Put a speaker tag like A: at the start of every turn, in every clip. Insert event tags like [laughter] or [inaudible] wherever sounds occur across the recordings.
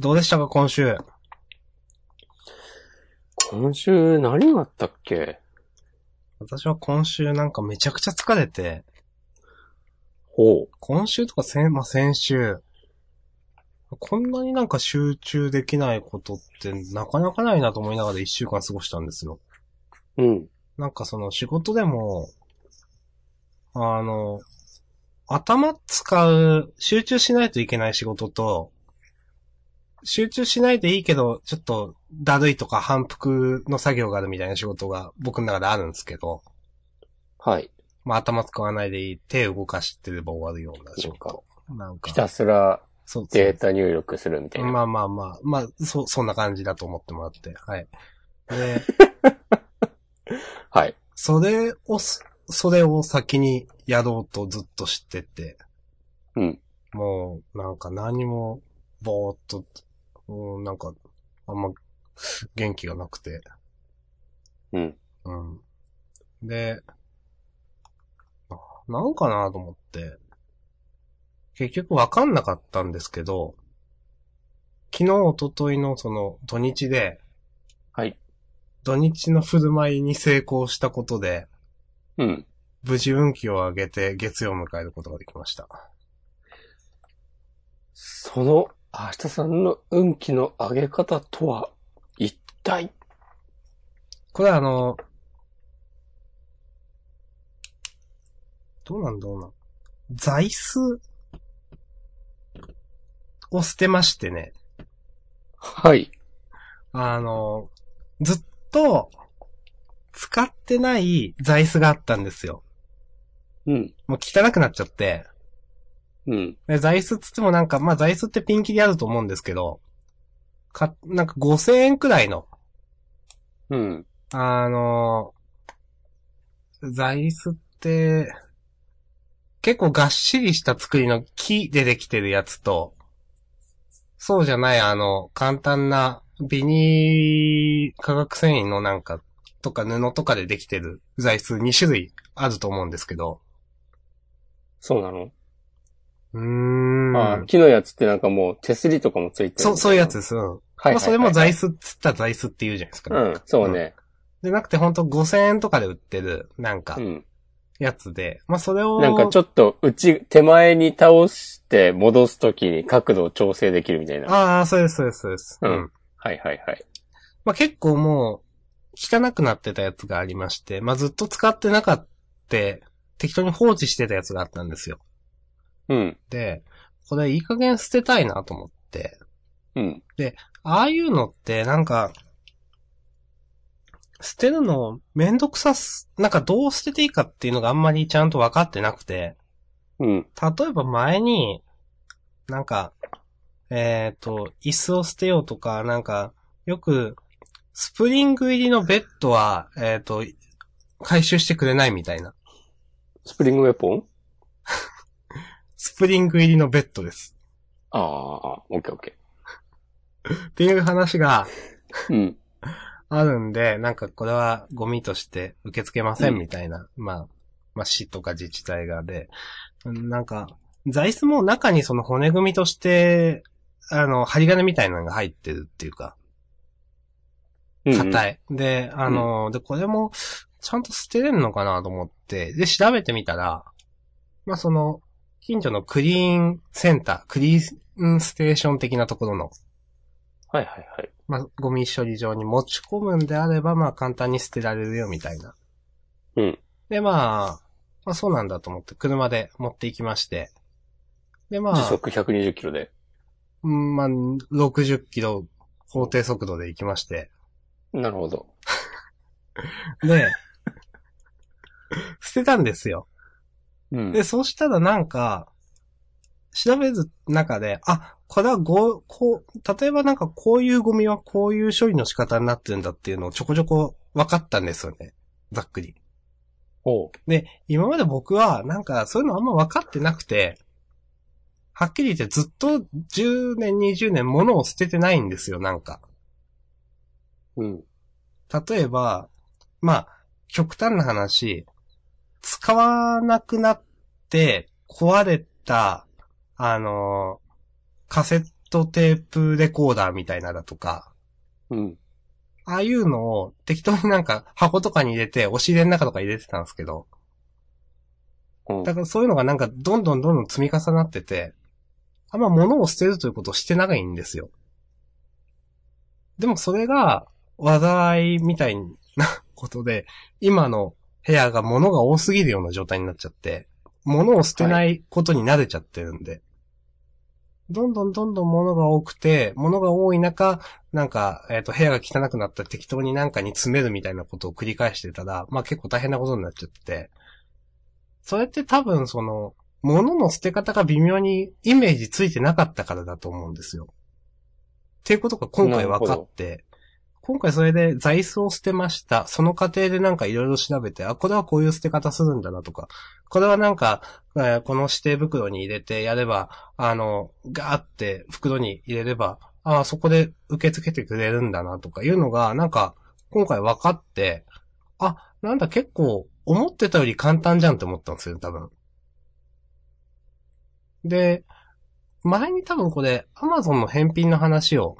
A: どうでしたか、今週。
B: 今週何があったっけ
A: 私は今週なんかめちゃくちゃ疲れて、
B: ほう。
A: 今週とか先、まあ、先週、こんなになんか集中できないことってなかなかないなと思いながら一週間過ごしたんですよ。
B: うん。
A: なんかその仕事でも、あの、頭使う、集中しないといけない仕事と、集中しないでいいけど、ちょっとだるいとか反復の作業があるみたいな仕事が僕の中であるんですけど、
B: はい。
A: まあ頭使わないでいい、手動かしてれば終わるような仕事。なんか、
B: ひたすら
A: そうそう
B: データ入力するみたいな。
A: まあまあまあ、まあ、そ、そんな感じだと思ってもらって、はい。で、
B: はい。
A: それをす、それを先にやろうとずっと知ってて。
B: うん。
A: もう、なんか何も、ぼーっと、うん、なんか、あんま、元気がなくて。
B: うん。
A: うん。で、あなんかなと思って、結局わかんなかったんですけど、昨日、一昨日のその土日で、
B: はい。
A: 土日の振る舞いに成功したことで、
B: うん。
A: 無事運気を上げて月曜を迎えることができました。
B: その、明日さんの運気の上げ方とは、一体
A: これはあの、どうなんどうなん。座椅子を捨てましてね。
B: はい。
A: あの、ずっと使ってない座椅子があったんですよ。
B: うん。
A: もう汚くなっちゃって。
B: うん。
A: で座椅子つってもなんか、まあ座椅子ってピンキリあると思うんですけど、か、なんか5000円くらいの、
B: うん。
A: あの、座椅子って、結構がっしりした作りの木でできてるやつと、そうじゃないあの、簡単なビニー化学繊維のなんか、とか布とかでできてる座椅子2種類あると思うんですけど。
B: そうなの、
A: うーん。
B: あ木のやつってなんかもう手すりとかもついてる。
A: そう、そういうやつ。です。うん。
B: はいはいはい、
A: まあそれも座椅子っつったら座椅子って言うじゃないですか、
B: うん、そうね。
A: じゃなくてほんと5000円とかで売ってる、なんか
B: う、ん。
A: やつで。まあそれを。
B: なんかち
A: ょっ
B: ょっと、うち、手前に倒して戻すときに角度を調整できるみたいな。
A: ああ、そうです、そうです、そうです。
B: うんはいはいはい。
A: まあ結構もう、汚くなってたやつがありまして、まあずっと使ってなかった、適当に放置してたやつがあったんですよ。
B: うん。
A: で、これいい加減捨てたいなと思って、
B: うん。
A: ああいうのってなんか、捨てるのめんどくさす、なんかどう捨てていいかっていうのがあんまりちゃんと分かってなくて、
B: うん。
A: 例えば前に、なんか、えっ、と、椅子を捨てようとか、なんか、よく、スプリング入りのベッドは、えっ、と、回収してくれないみたいな。
B: スプリングウェポン
A: スプリング入りのベッドです。
B: ああ、オッケーオッケ
A: っていう話が
B: ー。うん。
A: あるんで、なんかこれはゴミとして受け付けませんみたいな。まあ、まあ市とか自治体がで、うんなんか、座椅子も中にその骨組みとして、あの、針金みたいなのが入ってるっていうか、
B: うん
A: 硬
B: い。
A: い。で、あのーで、これも、ちゃんと捨てれんのかなと思って、で、調べてみたら、まあ、その、近所のクリーンセンター、クリーンステーション的なところの、
B: はいはいはい。
A: まあ、ゴミ処理場に持ち込むんであれば、まあ、簡単に捨てられるよ、みたいな。
B: うん。
A: で、まあ、まあ、そうなんだと思って、車で持って行きまして。で、ま
B: 時
A: あ、
B: 速120キロで。
A: うんまあ、60キロ、法定速度で行きまして。
B: なるほど。 [laughs]
A: で、捨てたんですよ。
B: うん
A: で、そうしたらなんか、調べる中で、あ、これはご、こう、例えばなんかこういうゴミはこういう処理の仕方になってるんだっていうのをちょこちょこ分かったんですよね。ざっくり。
B: ほう。
A: で、今まで僕はなんかそういうのあんま分かってなくて、はっきり言ってずっと10年、20年物を捨ててないんですよ、なんか。
B: うん。
A: 例えば、まあ、極端な話、使わなくなって壊れた、あのーカセットテープレコーダーみたいなだとか、
B: うん。
A: ああいうのを適当になんか箱とかに入れて、押し入れの中とか入れてたんですけど、
B: うん
A: だからそういうのがなんかどんどんどんどん積み重なってて、あんま物を捨てるということをしてないんですよ。でもそれが話題みたいなことで、今の部屋が物が多すぎるような状態になっちゃって、物を捨てないことに慣れちゃってるんで、どんどんどんどん物が多くて、物が多い中、なんか、えっ、と、部屋が汚くなったら適当になんかに詰めるみたいなことを繰り返してたら、まあ結構大変なことになっちゃってて、それって多分その、物の捨て方が微妙にイメージついてなかったからだと思うんですよ。っていうことが今回分かって、今回それで座椅子を捨てました。その過程でなんかいろいろ調べて、あ、これはこういう捨て方するんだなとか、これはなんか、えーこの指定袋に入れてやれば、あの、ガーって袋に入れれば、ああ、そこで受け付けてくれるんだなとかいうのが、なんか、今回分かって、あ、なんだ結構、思ってたより簡単じゃんって思ったんですよね、多分。で、前に多分これ、アマゾンの返品の話を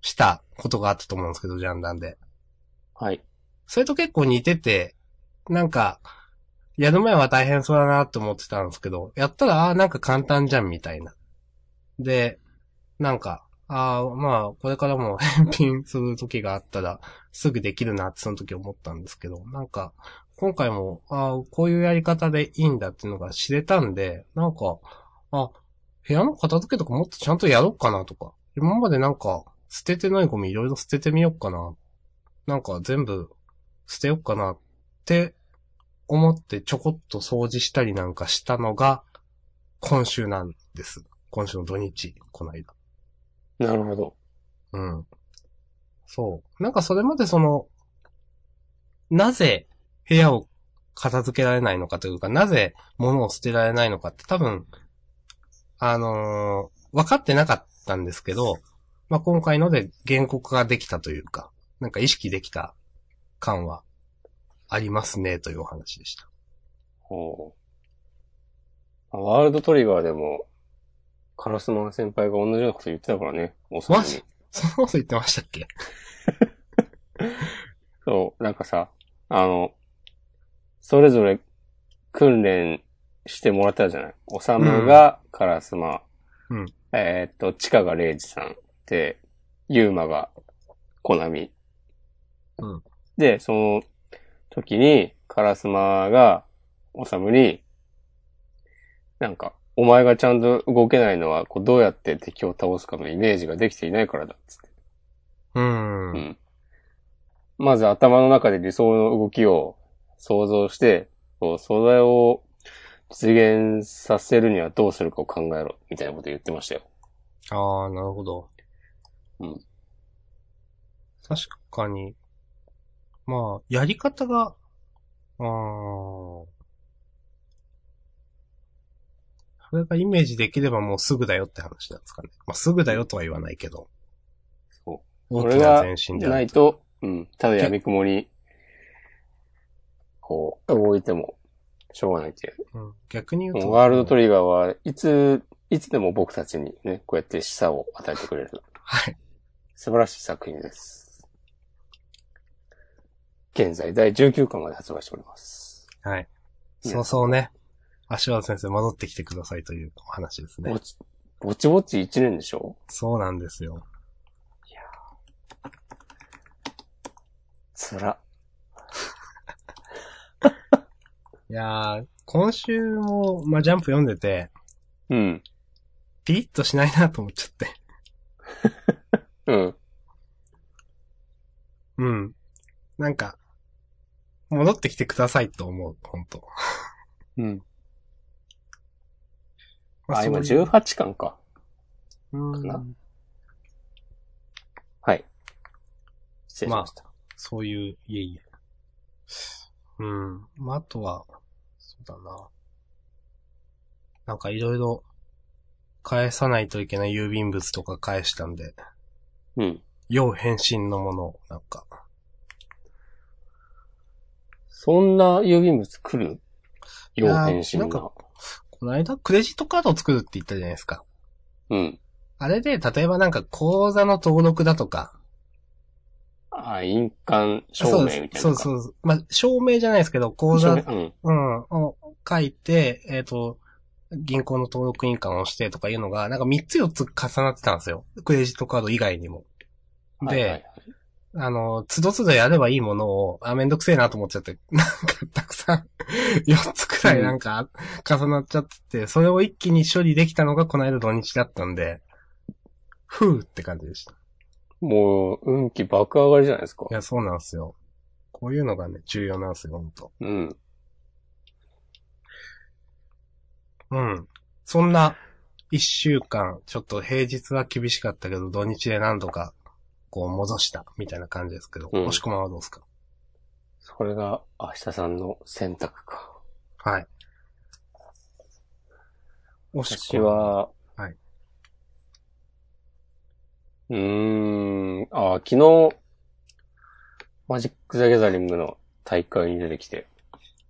A: したことがあったと思うんですけど、ジャンダンで。
B: はい。
A: それと結構似てて、なんか、やる前は大変そうだなと思ってたんですけど、やったら、ああ、なんか簡単じゃん、みたいな。で、なんか、ああ、まあ、これからも [laughs] 返品する時があったら、すぐできるなってその時思ったんですけど、なんか、今回も、ああ、こういうやり方でいいんだっていうのが知れたんで、なんか、あ、部屋の片付けとかもっとちゃんとやろうかなとか、今までなんか、捨ててないゴミいろいろ捨ててみようかな。なんか全部捨てようかなって思ってちょこっと掃除したりなんかしたのが今週なんです。今週の土日、この間。
B: なるほど。
A: うん。そう。なんかそれまでその、なぜ部屋を片付けられないのかというか、なぜ物を捨てられないのかって多分、あのー分かってなかったんですけど、まあ、今回ので原告ができたというか、なんか意識できた感はありますね、というお話でした。
B: ほうワールドトリガーでも、カラスマン先輩が同じようなこと言ってたからね。おそらく
A: マジそんなこと言ってましたっけ
B: そう、なんかさ、あの、それぞれ訓練してもらったじゃない。おさむがカラスマ、
A: うん
B: えーっと、チカがレイジさんで、ユーマがコナミ。
A: うん
B: で、その時にカラスマがおさむに、なんか、お前がちゃんと動けないのは、こうどうやって敵を倒すかのイメージができていないからだっつって。
A: うーん。
B: まず頭の中で理想の動きを想像して、こうそれを実現させるにはどうするかを考えろ、みたいなこと言ってましたよ。
A: ああ、なるほど。
B: うん。
A: 確かに。まあ、やり方が、うーん。それがイメージできればもうすぐだよって話なんですかね。まあ、すぐだよとは言わないけど。
B: そ
A: 大
B: こ
A: き
B: れ
A: な
B: が
A: 前進であ
B: な
A: る
B: い。と、うん、ただ闇雲に、こう、動いてもしょうがないっていう。
A: うん逆に言うと。
B: ワールドトリガーはいつ、いつでも僕たちにね、こうやって示唆を与えてくれる。
A: はい。
B: 素晴らしい作品です。現在第19巻まで発売しております。
A: はい。そうそうね。足原先生戻ってきてくださいというお話ですね
B: ぼ。ち、ぼちぼち1年でしょ
A: そうなんですよ。
B: つら。
A: いやー、今週も、まあ、ジャンプ読んでて、
B: うん。
A: ピリッとしないなと思っちゃって。
B: うん。
A: うん。なんか、戻ってきてくださいと思う、本当
B: うん。
A: ま
B: あ、今
A: そういう
B: 18巻か。
A: う
B: なんはい。失礼しました。
A: そういう、いえいえ。うん。まあ、あとは、そうだな。なんかいろいろ、返さないといけない郵便物とか返したんで、
B: うん。
A: 要返信のものを、なんか。
B: そんな郵便物来る
A: いや
B: 要
A: ー
B: 返信
A: なん
B: が
A: か。この間、クレジットカードを作るって言ったじゃないですか。
B: うん。
A: あれで、例えばなんか講座の登録だとか、
B: あ、印鑑証明みたいな。
A: そうそうそう。まあ、証明じゃないですけど、口
B: 証
A: 座
B: 明、うん。
A: うん、を書いて、えっ、と、銀行の登録印鑑を押してとかいうのが、なんか3つ4つ重なってたんですよ。クレジットカード以外にも。で、
B: はいはいはい
A: あの、つどつどやればいいものを、あ、めんどくせえなと思っちゃって、 [laughs] なんかたくさん、4つくらいなんか重なっちゃってて、それを一気に処理できたのがこの間土日だったんで、ふーって感じでした。い
B: もう、運気爆上がりじゃないですか。
A: や、そうなんですよ。こういうのがね、重要なんですよ、ほんと。
B: うん。
A: うん。そんな、一週間、ちょっと平日は厳しかったけど、土日で何度か、こう戻した、みたいな感じですけど、
B: うん
A: 押し込まはどうですか
B: それが、明日さんの選択か。
A: はい。押し
B: 私
A: 込ま。
B: は、
A: はいう
B: ーん、あ、昨日、マジック・ザ・ギャザリングの大会に出てきて、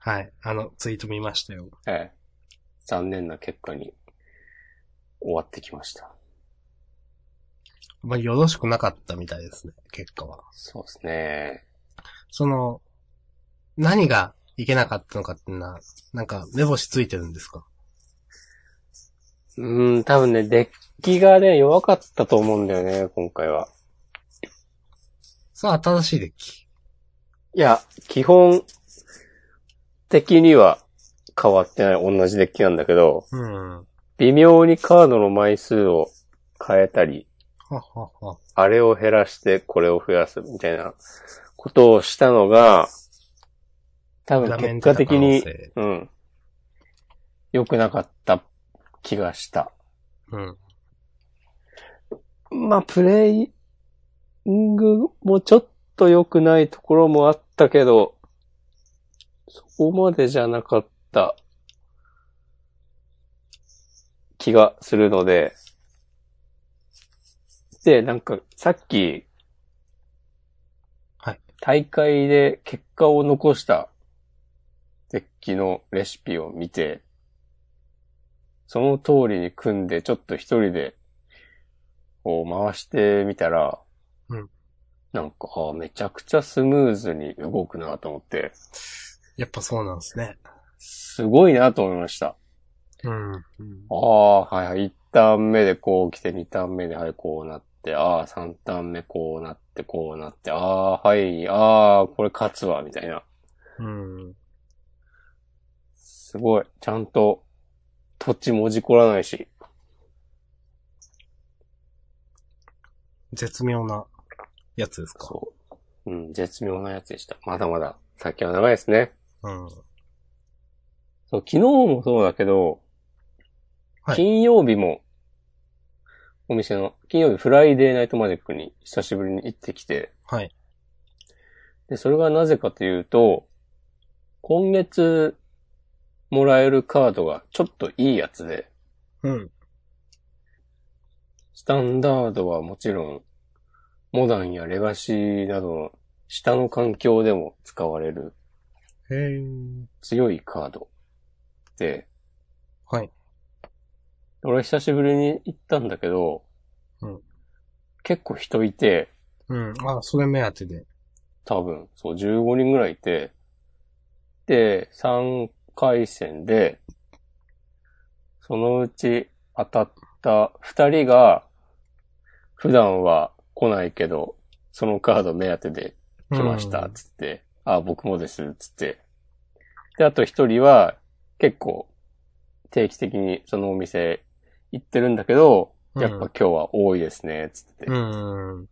A: はい。あの、ツイート見ましたよ。
B: ええ、残念な結果に終わってきました。
A: まあ、よろしくなかったみたいですね、結果は。
B: そうですね。
A: その、何がいけなかったのかっていうのは、なんか、目星ついてるんですか
B: うーん、多分ね、デッキがね、弱かったと思うんだよね、今回は。
A: さあ、新しいデッキ。
B: いや、基本的には変わってない、同じデッキなんだけど、
A: うん。は
B: 微妙にカードの枚数を変えたり、
A: はは。
B: あれを減らしてこれを増やすみたいなことをしたのが、多分結果的に
A: 裏面出た可能性、
B: うん、良くなかった気がした。
A: うん。
B: まあ、プレイングもちょっと良くないところもあったけど、そこまでじゃなかった気がするので、で、なんかさっき、
A: はい
B: 大会で結果を残したデッキのレシピを見て、その通りに組んで、ちょっと一人でこう回してみたら、
A: うん
B: なんか、あーめちゃくちゃスムーズに動くなと思って、
A: やっぱそうなんですね。
B: すごいなと思いました。
A: うん。うん
B: ああ、はいはい。1ターン目でこう来て、2ターン目ではい、こうなって、ああ、3ターン目こうなって、こうなって、ああ、はい、ああ、これ勝つわ、みたいな。
A: うん。
B: すごい。ちゃんと、土地もじこらないし。
A: 絶妙なやつですか。
B: そう。うん、絶妙なやつでした。まだまだ、先は長いですね。
A: うん。
B: そう、昨日もそうだけど、
A: はい
B: 金曜日も、お店の、金曜日フライデーナイトマジックに久しぶりに行ってきて、
A: はい。
B: で、それがなぜかというと、今月もらえるカードがちょっといいやつで、
A: うん。
B: スタンダードはもちろん、モダンやレガシーなどの下の環境でも使われる
A: へえ。
B: 強いカードで、
A: はい。
B: 俺久しぶりに行ったんだけど、
A: うん
B: 結構人いて、
A: うん。あ、それ目当てで。
B: 多分、そう、15人ぐらいいて、で、3回戦で、そのうち当たった2人が、普段は来ないけど、そのカード目当てで来ました、つって、あ、僕もです、つって。で、あと一人は、結構、定期的にそのお店行ってるんだけど、
A: うん
B: やっぱ今日は多いですね、つって。
A: うん。うん。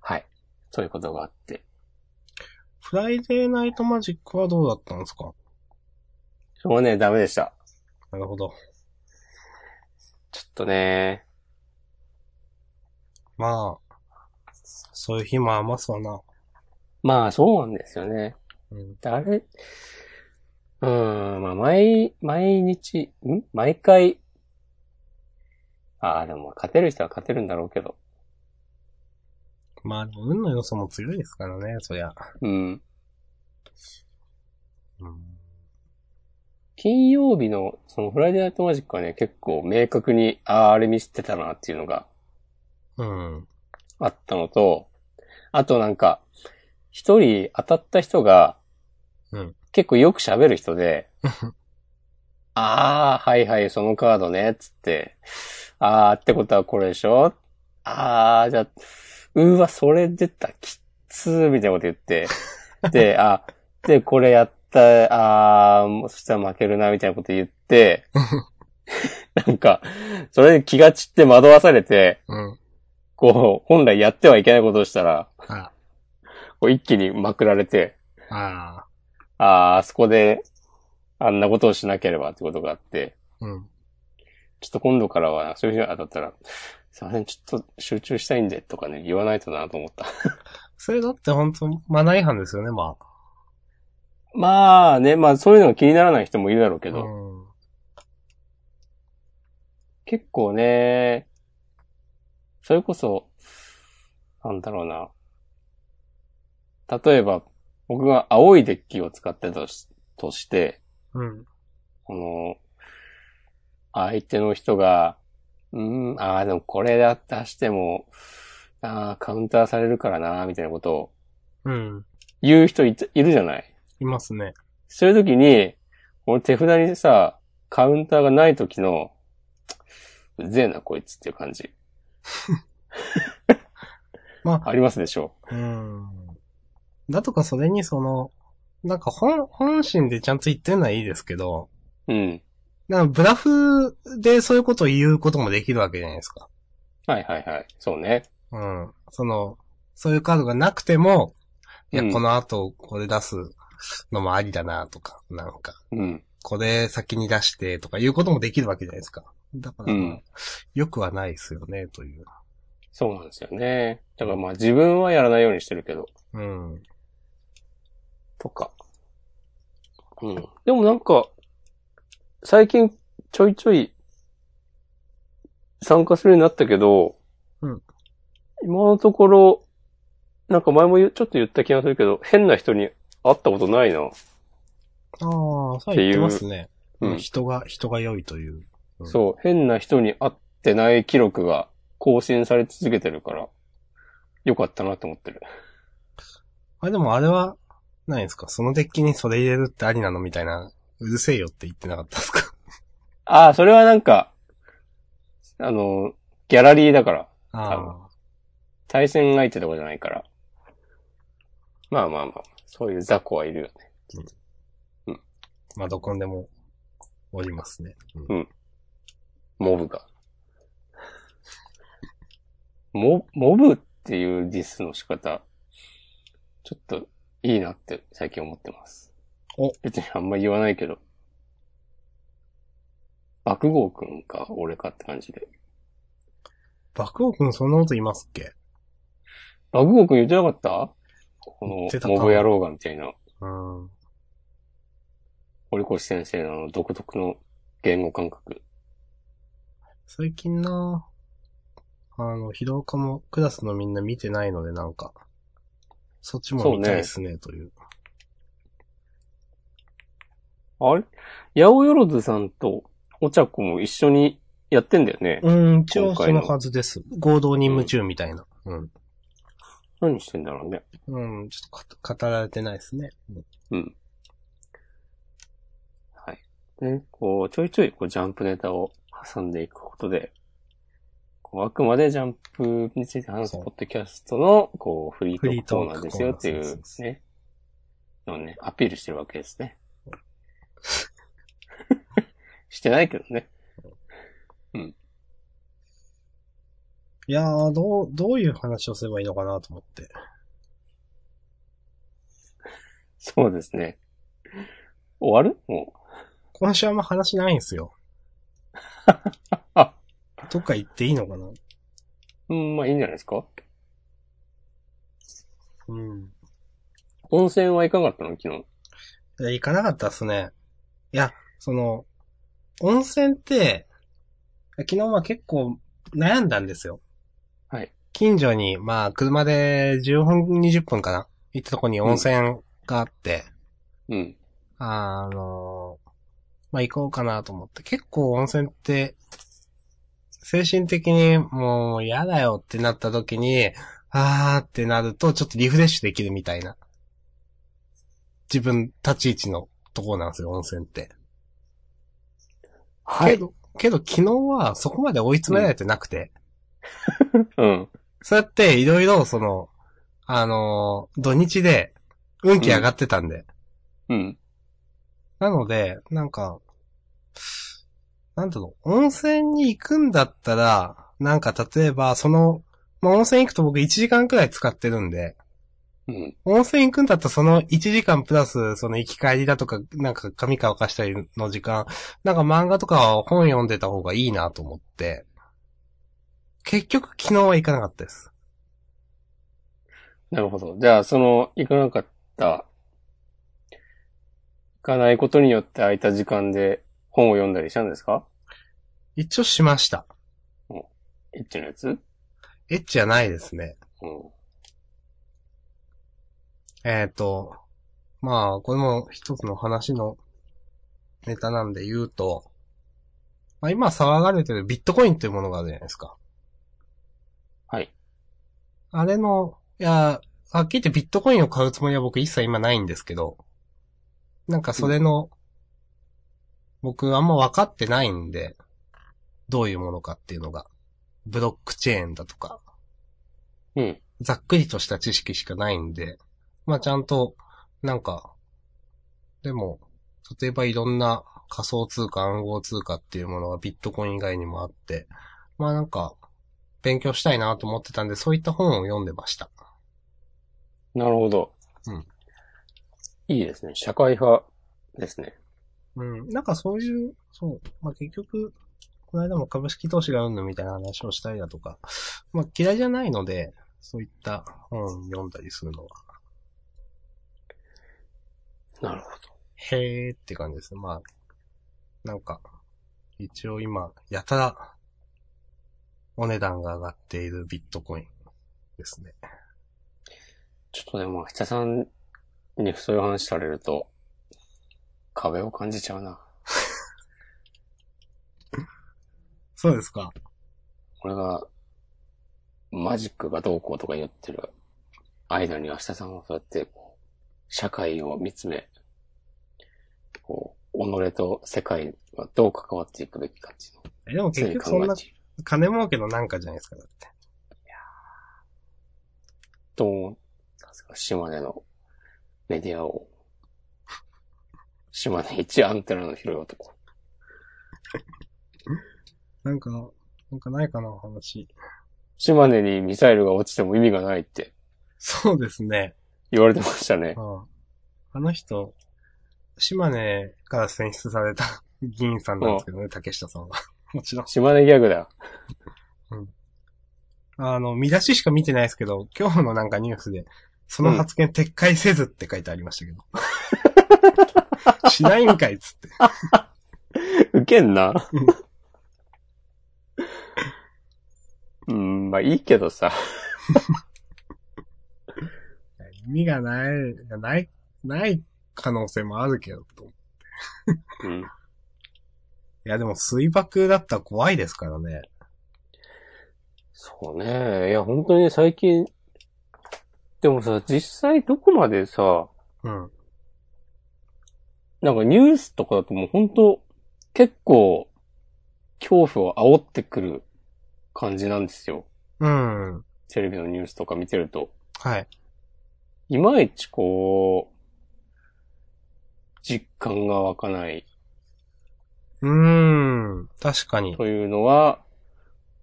B: はい。そういうことがあって。
A: フライデーナイトマジックはどうだったんですか
B: それはね、ダメでした。
A: なるほど。
B: ちょっとね、
A: まあ、そういう日も余すわな。
B: まあそうなんですよね。
A: うん。
B: 誰、うーん、まあ毎、毎日、ん毎回、ああ、でも勝てる人は勝てるんだろうけど。
A: まあ、でも運の要素も強いですからね、そりゃ。
B: うん。
A: うん。
B: 金曜日の、そのフライデーナイトマジックはね、結構明確に、ああ、あれ見せてたなっていうのが
A: うん。 [laughs]
B: あったのと、あとなんか、一人当たった人が、
A: うん
B: 結構よく喋る人で、ああ、はいはい、そのカードね、つって、ああ、ってことはこれでしょああ、じゃあ、うーわ、それ出た、きっつー、みたいなこと
A: [laughs]
B: 言って、で、あ、で、これやった、ああ、もうそしたら負けるな、みたいなこと言って、なんか、それで気が散って惑わされて、
A: うん。
B: こう、本来やってはいけないことをしたら、
A: あら。
B: こう一気にまくられて、
A: あ
B: ああ、あそこで、あんなことをしなければってことがあって、
A: あ。うん。
B: ちょっと今度からは、そういう人が当たったら、すいません、ちょっと集中したいんで、とかね、言わないとなと思った。 [laughs]
A: それだって本当マナー違反ですよね、まあ。
B: まあね、まあそういうのが気にならない人もいるだろうけ
A: う
B: ど、
A: ん。
B: 結構ね、それこそ、なんだろうな。例えば、僕が青いデッキを使ってたとしとして、
A: うん。
B: この、相手の人が、うーん、ああ、でもこれだ出しても、ああ、カウンターされるからな、みたいなことを
A: うん。
B: 言う人いたいるじゃない
A: いますね。
B: そういう時に、この手札にさ、カウンターがない時の、うぜえな、こいつっていう感じ。
A: [laughs] まあ
B: ありますでしょ
A: うん。だとかそれにその、なんか本、本心でちゃんと言ってるのはいいですけど、
B: う。うん。
A: なんかブラフでそういうことを言うこともできるわけじゃないですか。
B: はいはいはい。そうね。
A: うん。その、そういうカードがなくても、いや、
B: うん
A: この後これ出すのもありだなとか、なんか、
B: うん。
A: これ先に出してとかいうこともできるわけじゃないですか。だから、
B: うん
A: よくはないですよね、という。
B: そうなんですよね。だからまあ自分はやらないようにしてるけど。
A: うん。
B: とか。うん。でもなんか、最近ちょいちょい参加するようになったけど、
A: うん
B: 今のところ、なんか前も言うちょっと言った気がするけど、変な人に会ったことないな。
A: ああ、そう言ってますね。
B: う
A: うんん、。人が、人が良いという。うん
B: そう、変な人に会ってない記録が更新され続けてるから、よかったなと思ってる。
A: あ、でもあれは、ないですかそのデッキにそれ入れるってありなのみたいな、うるせえよって言ってなかったです [laughs] か
B: ああ、それはなんか、あの、ギャラリーだから。
A: ああ。
B: 対戦相手とかじゃないから。まあまあまあ、そういう雑魚はいるよね。
A: まあ、どこにでも、おりますね。うん
B: モブが。モ、モブっていうディスの仕方、ちょっといいなって最近思ってます。
A: お
B: 別にあんま言わないけど。爆豪くんか、俺かって感じで。
A: 爆豪くんそんなこと言いますっけ
B: 爆豪くん言ってなかったこの
A: 言ってた、か
B: モブ野郎がみたいな、
A: うん。
B: 堀越先生のあの独特の言語感覚。
A: 最近な、あの、疲労かもクラスのみんな見てないので、なんか、そっちも見たいですね、という。
B: あれ八百万さんとお茶子も一緒にやってんだよね。
A: うん、一応
B: 今
A: そ
B: 回の
A: のはずです。合同任務中みたいな。うん。
B: 何してんだろうね。
A: うん、ちょっとか語られてないですね。うん
B: うん。はい。ね、こう、ちょいちょいこうジャンプネタを挟んでいくことで、こうあくまでジャンプについて話す
A: そう
B: ポッドキャストの、こう、フリートークコーナー
A: フリートーク
B: ですよってい
A: コーナーそううそうそ
B: ね、のをね、アピールしてるわけですね。 [laughs] してないけどね。
A: いやー、どう、どういう話をすればいいのかなと思って。
B: そうですね。終わるもう。
A: 今週あんま話ないんす
B: [laughs]
A: よ。どっか行っていいのかな
B: うん、まあいいんじゃないですか。
A: うん。
B: 温泉はいかがだったの昨日。
A: いや行かなかったっすね。いや、その、温泉って、昨日は結構悩んだんですよ。
B: はい。
A: 近所に、まあ、車で10分、20分かな行ったとこに温泉があって、
B: うん。
A: あの、まあ行こうかなと思って。結構温泉って、精神的にもう嫌だよってなった時に、あーってなるとちょっとリフレッシュできるみたいな。自分立ち位置のところなんですよ、温泉って。
B: は
A: け。ど、けど昨日はそこまで追い詰められてなくて、
B: うん。
A: そうやっていろいろその、あのー土日で運気上がってたんで。
B: うん。
A: なので、なんか、なんていうの、温泉に行くんだったら、なんか例えば、その、まあ、温泉行くと僕1時間くらい使ってるんで、
B: うん。
A: 温泉行くんだったらその1時間プラス、その行き帰りだとか、なんか髪乾かしたりの時間、なんか漫画とか本読んでた方がいいなと思って、結局昨日は行かなかったです。
B: なるほど。じゃあ、その、行かなかった、行かないことによって空いた時間で本を読んだりしたんですか
A: 一応しました。
B: エッチのやつうん。
A: エッチじゃないですね。えっ、と、まあ、これも一つの話のネタなんで言うと、まあ、今騒がれてるビットコインというものがあるじゃないですか。
B: はい。
A: あれの、いや、はっきり言ってビットコインを買うつもりは僕一切今ないんですけど、なんかそれの、僕あんま分かってないんで、どういうものかっていうのが、ブロックチェーンだとか、
B: うん。
A: ざっくりとした知識しかないんで、まあちゃんと、なんか、でも、例えばいろんな仮想通貨、暗号通貨っていうものがビットコイン以外にもあって、まあなんか、勉強したいなと思ってたんで、そういった本を読んでました。
B: なるほど。
A: うん。
B: いいですね。社会派ですね。
A: うん。なんかそういう、そう。まあ結局、この間も株式投資がうんぬんみたいな話をしたりだとか、まあ嫌いじゃないので、そういった本読んだりするのは、
B: なるほど。
A: へーって感じですね。まあ、なんか、一応今、やたら、お値段が上がっているビットコインですね。
B: ちょっとでも、久さんにそういう話されると、壁を感じちゃうな。
A: そうですか。
B: 俺が、マジックがどうこうとか言ってる間に明日さんはそうやって、こう社会を見つめ、こう、己と世界はどう関わっていくべきかっていうのを
A: え、でも
B: 常
A: 結
B: に
A: 局そん
B: 考え
A: な
B: ている
A: 金儲けのなんかじゃないですか、だって。
B: と思ったんですが、島根のメディアを、島根一アンテナの広い男。
A: なんか、なんかないかな、話。
B: 島根にミサイルが落ちても意味がないって
A: そうですね。
B: 言われてましたね
A: う。ん。あの人、島根から選出された議員さんなんですけどね、竹下さんは。もちろん。
B: 島根ギャグだ。
A: あの、見出ししか見てないですけど、今日のなんかニュースで、その発言撤回せずって書いてありましたけど。しないんかいっつって。
B: ウケんな。うん、まあいいけどさ。
A: 意味がない、がない、ない可能性もあるけど。い
B: うん。
A: や、でも水爆だったら怖いですからね。
B: そうね。いや、本当に最近、でもさ、実際どこまでさ、
A: うん。
B: なんかニュースとかだともう本当、結構、恐怖を煽ってくる感じなんですよ。
A: うん。
B: テレビのニュースとか見てると。
A: はい。
B: いまいちこう、実感が湧かないう
A: ーん。確かに。
B: というのは、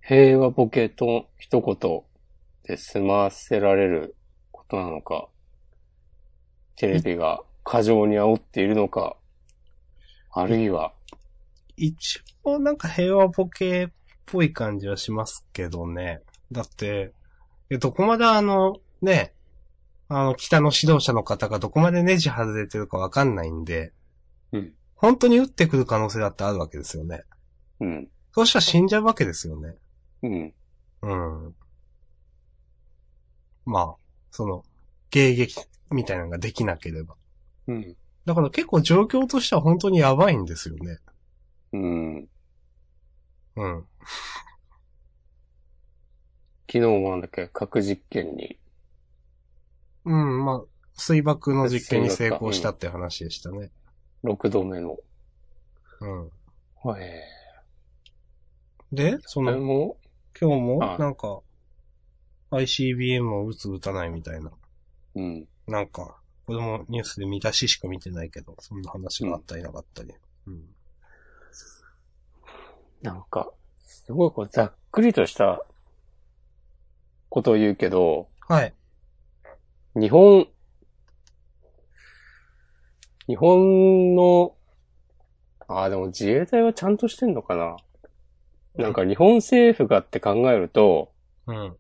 B: 平和ボケと一言で済ませられることなのか、テレビが過剰に煽っているのか、あるいは、
A: 一応なんか平和ボケっぽい感じはしますけどね。だって、えどこまであの、ね、あの、北の指導者の方がどこまでネジ外れてるかわかんないんで、
B: うん
A: 本当に撃ってくる可能性だってあるわけですよね。
B: うん、
A: そうしたら死んじゃうわけですよね。
B: うん、
A: うん。まあ、その、迎撃みたいなのができなければ。
B: うん、
A: だから結構状況としては本当にやばいんですよね。
B: うん。
A: うん。
B: 昨日もなんだっけ、核実験に。
A: うん、まあ、水爆の実験に成功したって話でしたね。
B: 6度目の。
A: うん。
B: はい。え
A: で、そ
B: ー、これ
A: の、
B: も、
A: 今日も
B: あ、
A: なんか、ICBM を撃つ撃たないみたいな、
B: うん。
A: なんか、これもニュースで見たししか見てないけど、そんな話があったりなかったり。うん。
B: なんか、すごいこうざっくりとしたことを言うけど、
A: はい。
B: 日本、日本の、ああ、でも自衛隊はちゃんとしてんのかななんか日本政府がって考えると、
A: うん。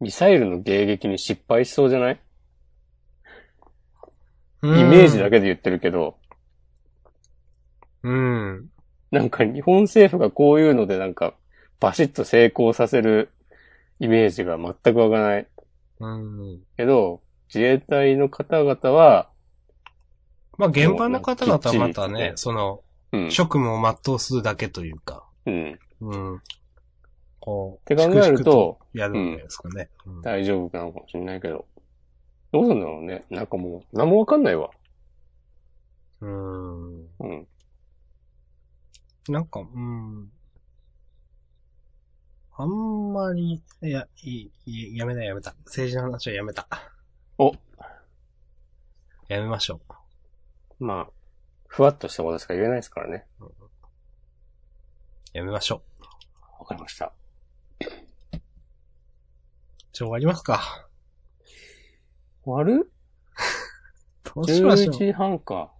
B: ミサイルの迎撃に失敗しそうじゃないイメージだけで言ってるけど、
A: うん。
B: なんか日本政府がこういうのでなんか、バシッと成功させるイメージが全くわかない。
A: うん。
B: けど、自衛隊の方々は、
A: まあ、現場の方々はまた
B: きっちり
A: ね
B: ね、
A: その、
B: うん。
A: 職務を全うするだけというか、
B: うん。
A: うん。こう、
B: って考えると
A: 粛々やるんじゃないですかね。うん
B: 大丈夫なのかもしれないけど。どうすんだろうね。なんかもう、何もわかんないわ。
A: うん。
B: うん。
A: なんか、うん。あんまり、いや、いい、いいやめたやめた。政治の話はやめた。
B: お
A: やめましょ
B: まあ、ふわっとしたことしか言えないですからね。
A: う。やめましょう。
B: わかりました。
A: じゃあ終わりますか。
B: 終わる
A: どうしましょ
B: ?11 時半か。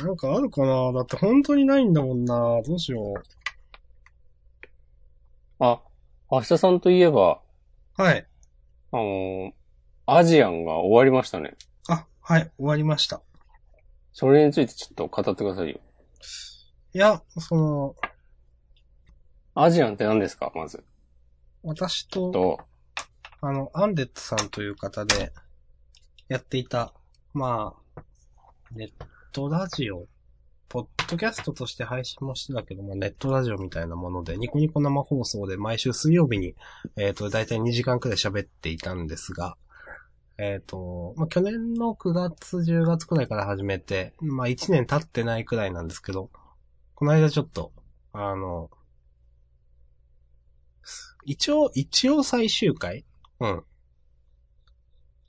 A: う。なんかあるかなだって本当にないんだもんな。どうしよ
B: あ、明日さんといえば、
A: う。はい。
B: あのーアジアンが終わりましたね。
A: あ、はい、終わりました。
B: それについてちょっと語ってくださいよ。
A: いや、その、
B: アジアンって何ですかまず。
A: 私と、
B: と、
A: あの、アンデッドさんという方で、やっていた、まあ、ネットラジオ、ポッドキャストとして配信もしてたけど、まあ、ネットラジオみたいなもので、ニコニコ生放送で毎週水曜日に、えっ、と、だいたい2時間くらい喋っていたんですが、えっ、と、まあ、去年の9月、10月くらいから始めて、まあ、1年経ってないくらいなんですけど、この間ちょっと、あの、一応、一応最終回うん。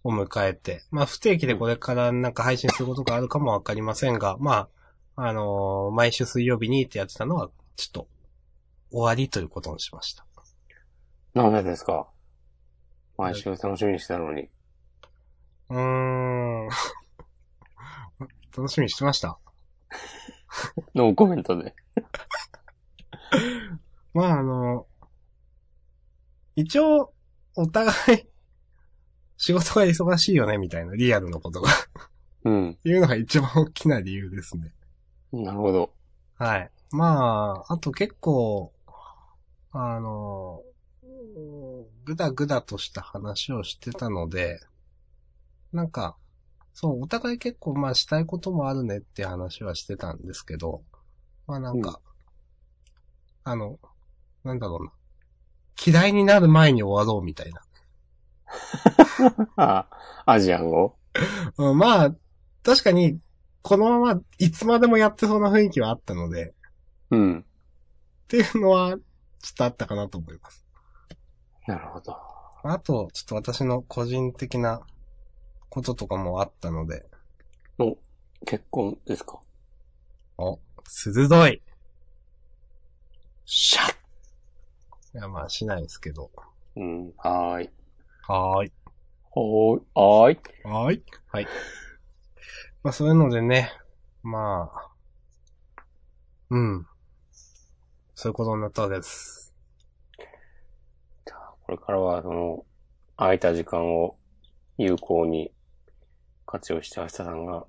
A: を迎えて。まあ、不定期でこれからなんか配信することがあるかもわかりませんが、まあ、あのー毎週水曜日にってやってたのは、ちょっと、終わりということにしました。
B: 何でですか毎週楽しみにしてたのに。
A: うーん。 [laughs] 楽しみにしてました。
B: ノーコメントで。
A: まあ、あの、一応、お互い、仕事が忙しいよね、みたいな、リアルのことが、 [laughs]
B: うん。
A: いうのが一番大きな理由ですね。
B: なるほど。
A: はい。まあ、あと結構、あの、うんぐだぐだとした話をしてたので、なんか、そう、お互い結構まあしたいこともあるねって話はしてたんですけど、まあなんか、あの、なんだろうな。嫌いになる前に終わろうみたいな。 [laughs]
B: あ、アジアンを
A: うん、まあ、確かに、このままいつまでもやってそうな雰囲気はあったので、
B: うん。
A: っていうのは、ちょっとあったかなと思います。
B: なるほど。
A: あと、ちょっと私の個人的なこととかもあったので、
B: お、結婚ですか
A: 鋭い。
B: シャッ
A: いや、まあ、しないですけど。
B: うん、はーい。
A: はーい。
B: はーい、はーい。
A: はーい。はい。まあ、そういうのでね、まあ、うん。そういうことになったわけです。
B: これからは、その、空いた時間を有効に活用して、明日さんが、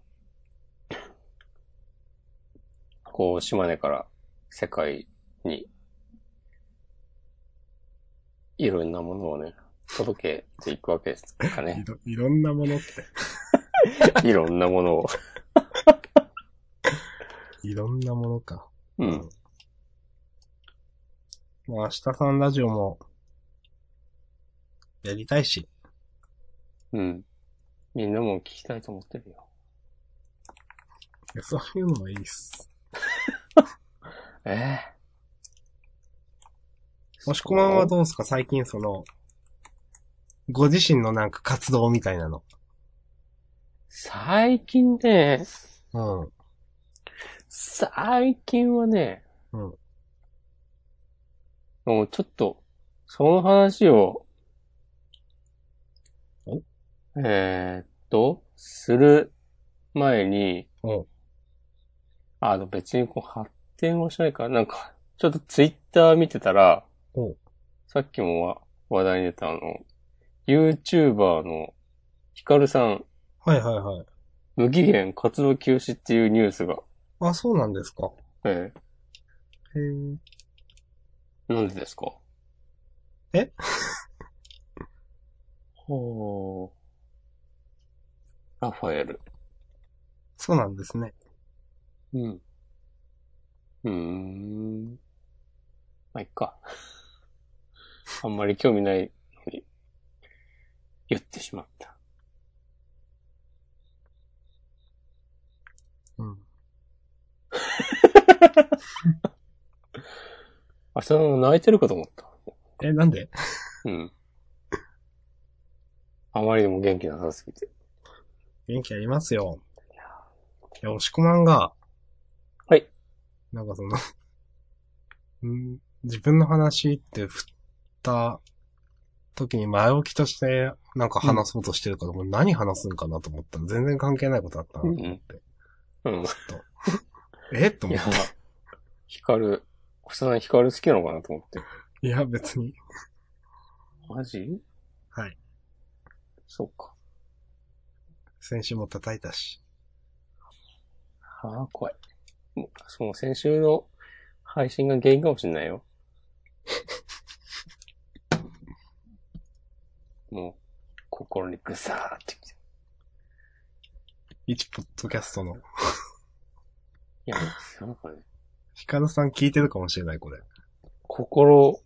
B: こう、島根から世界に、いろんなものをね、届けていくわけですか
A: い
B: [laughs] ね。
A: ろ、いろんなものって。
B: いろんなものを。
A: いろんなものか。
B: うん。
A: まあ、明日さんラジオも、やりたいし。
B: うん。みんなも聞きたいと思ってるよ。
A: いやそういうのもいいっす。
B: ええ
A: もしこまんはどうですか最近その、ご自身のなんか活動みたいなの。
B: 最近ね、
A: うん。
B: 最近はね、
A: うん
B: もうちょっと、その話を、
A: お
B: えーっと、する前に、
A: うん
B: あの別にこう発展もしないから、なんか、ちょっとツイッター見てたら、
A: うん
B: さっきもわ話題に出たあの、YouTuber のヒカルさん、
A: はいはいはい。
B: 無期限活動休止っていうニュースが、
A: あ、そうなんですか。
B: え
A: へえ。
B: えなんでですか
A: え
B: [laughs] ほー。ラファエル。
A: そうなんですね。
B: うん。うーん。まあ、いっか。 [laughs] あんまり興味ないのに、言ってしまった。
A: うん。
B: [laughs] あ、その泣いてるかと思った。
A: え、なんで
B: うん。あまりにも元気なさすぎて。
A: 元気ありますよ。いや、押し込まんが。
B: はい。
A: なんかその、ん自分の話って振った時に前置きとしてなんか話そうとしてるから、もう何話すんかなと思ったら全然関係ないことあったなと思って。
B: うん。
A: えっと
B: い
A: 思っ
B: や
A: て。、
B: ヒカル、星さんヒカル好きなのかなと思って。
A: いや、別に。
B: マジ
A: はい。
B: そうか。
A: 先週も叩いたし。
B: ああ、怖い。もう、その先週の配信が原因かもしれないよ。 [laughs] もう、心にぐさーってきて。
A: 一ポッドキャストの。
B: いや、なんかね、
A: ヒカルさん聞いてるかもしれない、これ。
B: 心、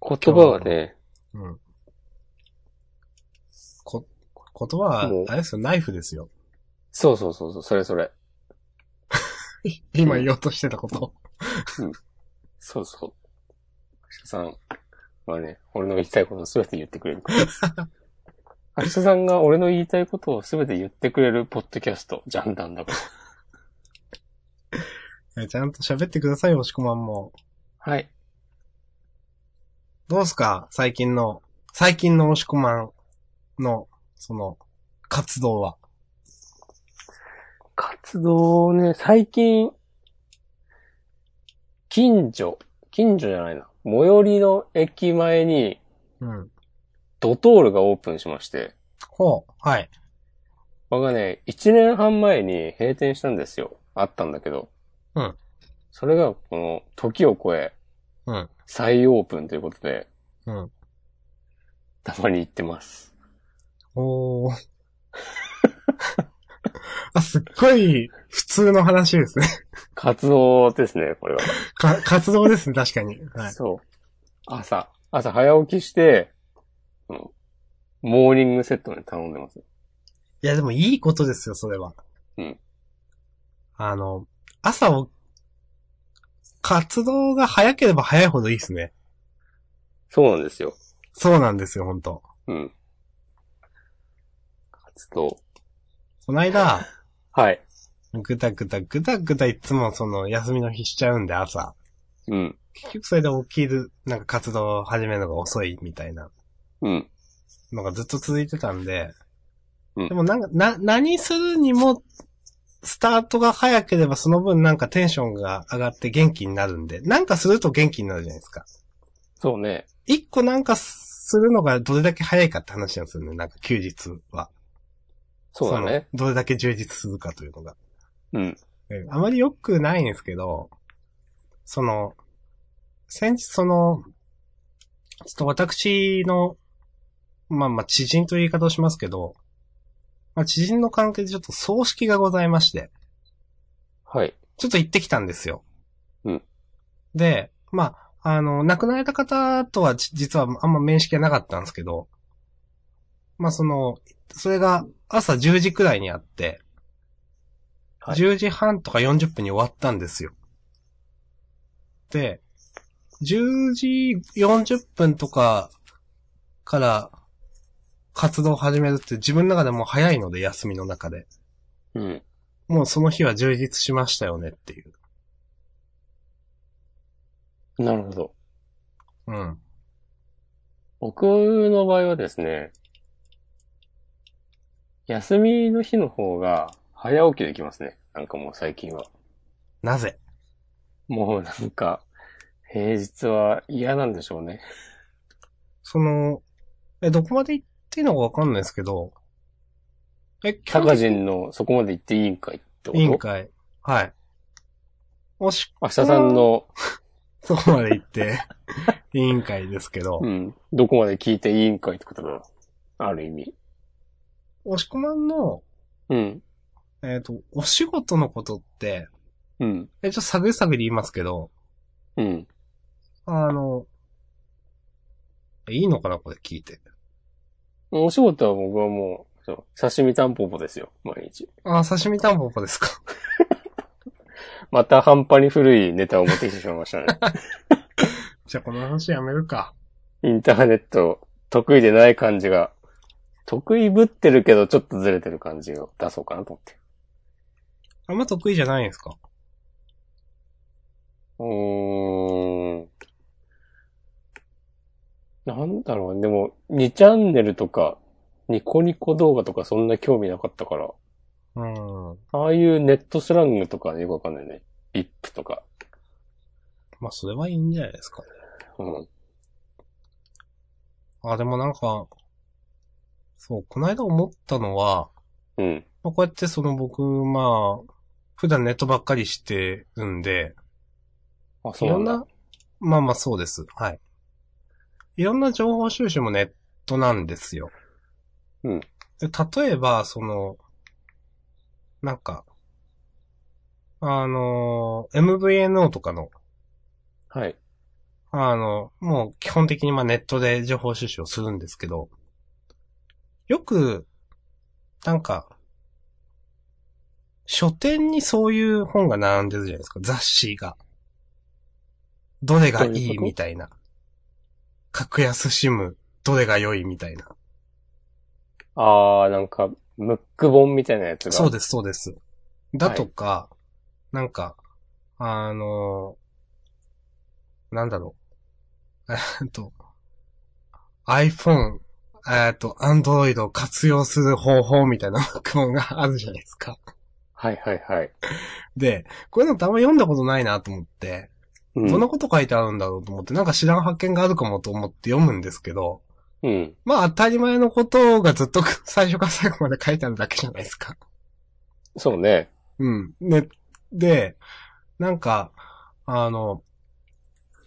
B: 言葉がね、
A: うん。こ、言葉は
B: もう、
A: あれですよ、ナイフですよ。
B: そうそうそうそう、それそれ。
A: [laughs] 今言おうとしてたこと。
B: そうそう。明日さんはね、俺の言いたいことをすべて言ってくれ [laughs] るから。明日さんが俺の言いたいことをすべて言ってくれるポッドキャスト、ジャンダンだから。
A: えちゃんと喋ってください、押し込まんも。
B: はい。
A: どうすか最近の、最近の押し込まんの、その、活動は。
B: 活動をね、最近、近所、近所じゃないな。最寄りの駅前に
A: うん。
B: ドトールがオープンしまして、
A: ほう、はい。
B: 僕はね、1年半前に閉店したんですよ。あったんだけど。
A: うん。
B: それが、この、時を超え、
A: うん。
B: 再オープンということで、
A: うん。
B: たまに行ってます。
A: おー。 [laughs] あ、すっごい、普通の話ですね。
B: 活動ですね、これは。
A: か、活動ですね、確かに。はい。
B: そう。朝、朝早起きして、このモーニングセットね、頼んでます。
A: いや、でもいいことですよ、それは。
B: うん。
A: あの、朝を、活動が早ければ早いほどいいですね。
B: そうなんですよ。
A: そうなんですよ、ほんと。
B: うん。活動。
A: こないだ、
B: はい。
A: ぐだぐだぐだぐだいつもその休みの日しちゃうんで朝。
B: うん。
A: 結局それで起きる、なんか活動を始めるのが遅いみたいな
B: うん。
A: のがずっと続いてたんで。
B: うん
A: でもなんか、な、何するにも、スタートが早ければその分なんかテンションが上がって元気になるんで、なんかすると元気になるじゃないですか。
B: そうね。
A: 一個なんかするのがどれだけ早いかって話なんですよね。なんか休日は。
B: そうだね。
A: そのどれだけ充実するかというのが。
B: うん。
A: えあまり良くないんですけど、その、先日その、ちょっと私の、まあまあ知人という言い方をしますけど、まあ、知人の関係でちょっと葬式がございまして、
B: はい。
A: ちょっと行ってきたんですよ。
B: うん。
A: で、まあ、あの、亡くなられた方とはじ実はあんま面識がなかったんですけど、まあ、その、それが朝10時くらいにあって、
B: はい
A: 10時半とか40分に終わったんですよ。で、10時40分とかから活動を始めるって自分の中でもう早いので、休みの中で。
B: うん。
A: もうその日は充実しましたよねっていう。
B: なるほど。
A: うん。
B: 僕の場合はですね、休みの日の方が早起きできますね。なんかもう最近は。
A: なぜ
B: もうなんか、平日は嫌なんでしょうね。
A: その、え、どこまで行っていいのかわかんないですけど、え、基
B: タ
A: 本
B: カジンのそこまで行っていいんかいってこと
A: 委員会。はい。もし、
B: 明日さんの、
A: そこまで行 [laughs] って、委員会ですけど
B: う、ん、どこまで聞いていいんかいってことだな。ある意味。
A: 押し込まんの、
B: うん。
A: えっ、と、お仕事のことって、
B: うん。
A: え、ちょっと探り探り言いますけど、
B: うん。
A: あの、いいのかなこれ聞いて。
B: お仕事は僕はもう、そう刺身タンポポですよ、毎日。
A: あ、刺身タンポポですか。
B: また半端に古いネタを持ってきてしまいましたね。
A: じゃあこの話やめるか。
B: インターネット、得意でない感じが、得意ぶってるけどちょっとずれてる感じを出そうかなと思って。
A: あんま得意じゃないんですか
B: うーん。なんだろうね、でも、2チャンネルとか、ニコニコ動画とかそんな興味なかったから、
A: うん。
B: ああいうネットスラングとかよくわかんないね。ビップとか。
A: まあ、それはいいんじゃないですか。
B: うん。
A: あ、でもなんか、そう、こないだ思ったのは、
B: うん。
A: まあ、こうやってその僕、まあ、普段ネットばっかりしてるんで、
B: あ、そ
A: いう
B: な
A: ろ
B: ん
A: ん
B: だ。
A: な、まあまあそうです。はい。いろんな情報収集もネットなんですよ。
B: うん
A: で例えば、その、なんか、あの、MVNO とかの、
B: はい。
A: あの、もう基本的にまあネットで情報収集をするんですけど、よく、なんか、書店にそういう本が並んでるじゃないですか、雑誌が。どれが
B: どういう
A: い
B: こ
A: い
B: と
A: みたいな。格安シム、どれが良いみたいな。
B: あー、なんか、ムック本みたいなやつが。
A: そう
B: で
A: です、そうです。だとか、なんか、あのーなんだろう。 [laughs] えっと、iPhone、えっと、Android を活用する方法みたいな文があるじゃないですか。 [laughs]
B: はいはいはい。
A: で、こういうのってあんま読んだことないなと思って、
B: うん。
A: どんなこと書いてあるんだろうと思って、なんか知らん発見があるかもと思って読むんですけど、
B: うん。
A: まあ当たり前のことがずっと最初から最後まで書いてあるだけじゃないですか。
B: そうね。
A: うん。ね、で、なんか、あの、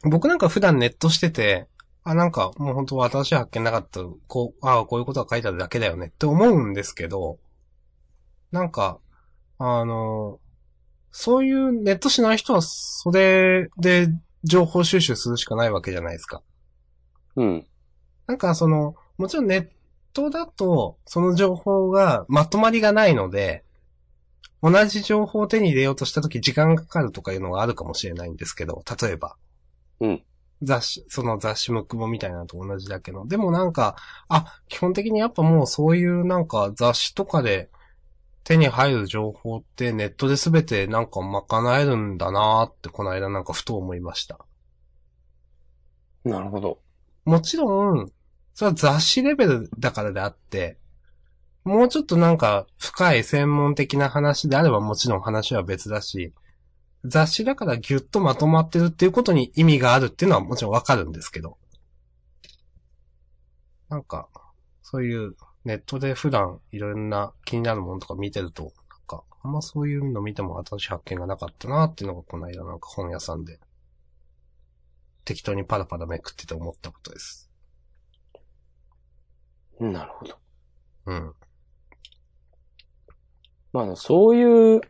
A: 僕なんか普段ネットしてて、あ、なんかもう本当は新しい発見なかった。こう、ああ、こういうことが書いてあるだけだよねって思うんですけど、なんか、あの、そういうネットしない人はそれで情報収集するしかないわけじゃないですか。
B: うん。
A: なんかその、もちろんネットだと、その情報がまとまりがないので、同じ情報を手に入れようとしたとき時間がかかるとかいうのがあるかもしれないんですけど、例えば。
B: うん。
A: 雑誌、その雑誌ムックボみたいなのと同じだけの。でもなんか、あ、基本的にやっぱもうそういうなんか雑誌とかで手に入る情報ってネットで全てなんか賄えるんだなーってこの間なんかふと思いました。
B: なるほど。
A: もちろん、それは雑誌レベルだからであって、もうちょっとなんか深い専門的な話であればもちろん話は別だし、雑誌だからギュッとまとまってるっていうことに意味があるっていうのはもちろんわかるんですけど。なんか、そういうネットで普段いろんな気になるものとか見てると、なんか、あんまそういうの見ても新しい発見がなかったなっていうのがこの間なんか本屋さんで適当にパラパラめくってて思ったことです。
B: なるほど。
A: うん。
B: まああの、そういう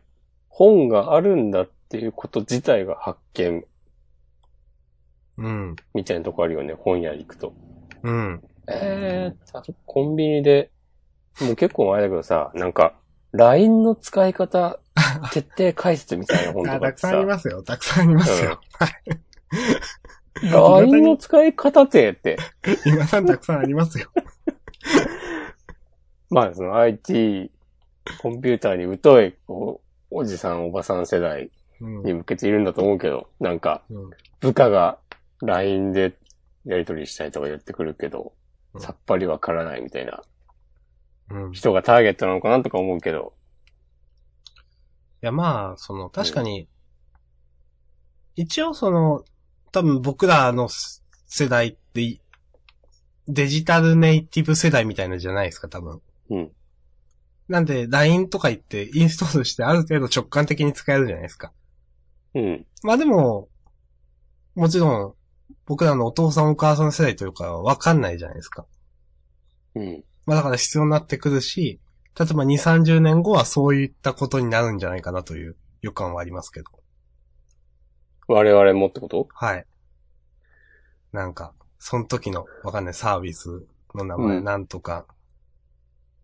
B: 本があるんだっていうこと自体が発見
A: うん。
B: みたいなとこあるよね、本屋行くと。
A: うん。
B: えー、あとコンビニで、もう結構前だけどさ、なんか、LINE の使い方、徹底解説みたいな本
A: あ、
B: とかったて
A: くさんあり
B: さ、
A: ます [laughs] よ。たくさんありますよ。い
B: LINE の使い方ってって、
A: 今さんたくさんあり
B: [laughs]
A: ますよ。
B: まあその IT、コンピューターに疎い、こう、おじさん、おばさん世代
A: うん。
B: に向けているんだと思うけど、なんか、
A: うん
B: 部下が LINE でやり取りしたいとか言ってくるけど、
A: うん
B: さっぱりわからないみたいな
A: うん。い
B: 人がターゲットなのかなとか思うけど、
A: や、まあ、その、確かに、一応その、多分僕らの世代って、デジタルネイティブ世代みたいなのじゃないですか、多分。
B: うん。
A: なんで、LINE とか言ってインストールしてある程度直感的に使えるじゃないですか。
B: うん、
A: まあでも、もちろん、僕らのお父さんお母さん世代というか、わかんないじゃないですか。
B: うん、
A: まあだから必要になってくるし、例えば2、30年後はそういったことになるんじゃないかなという予感はありますけど。
B: 我々もってこと
A: はい。なんか、その時の、わかんない、サービスの名前、
B: うん
A: なんとか、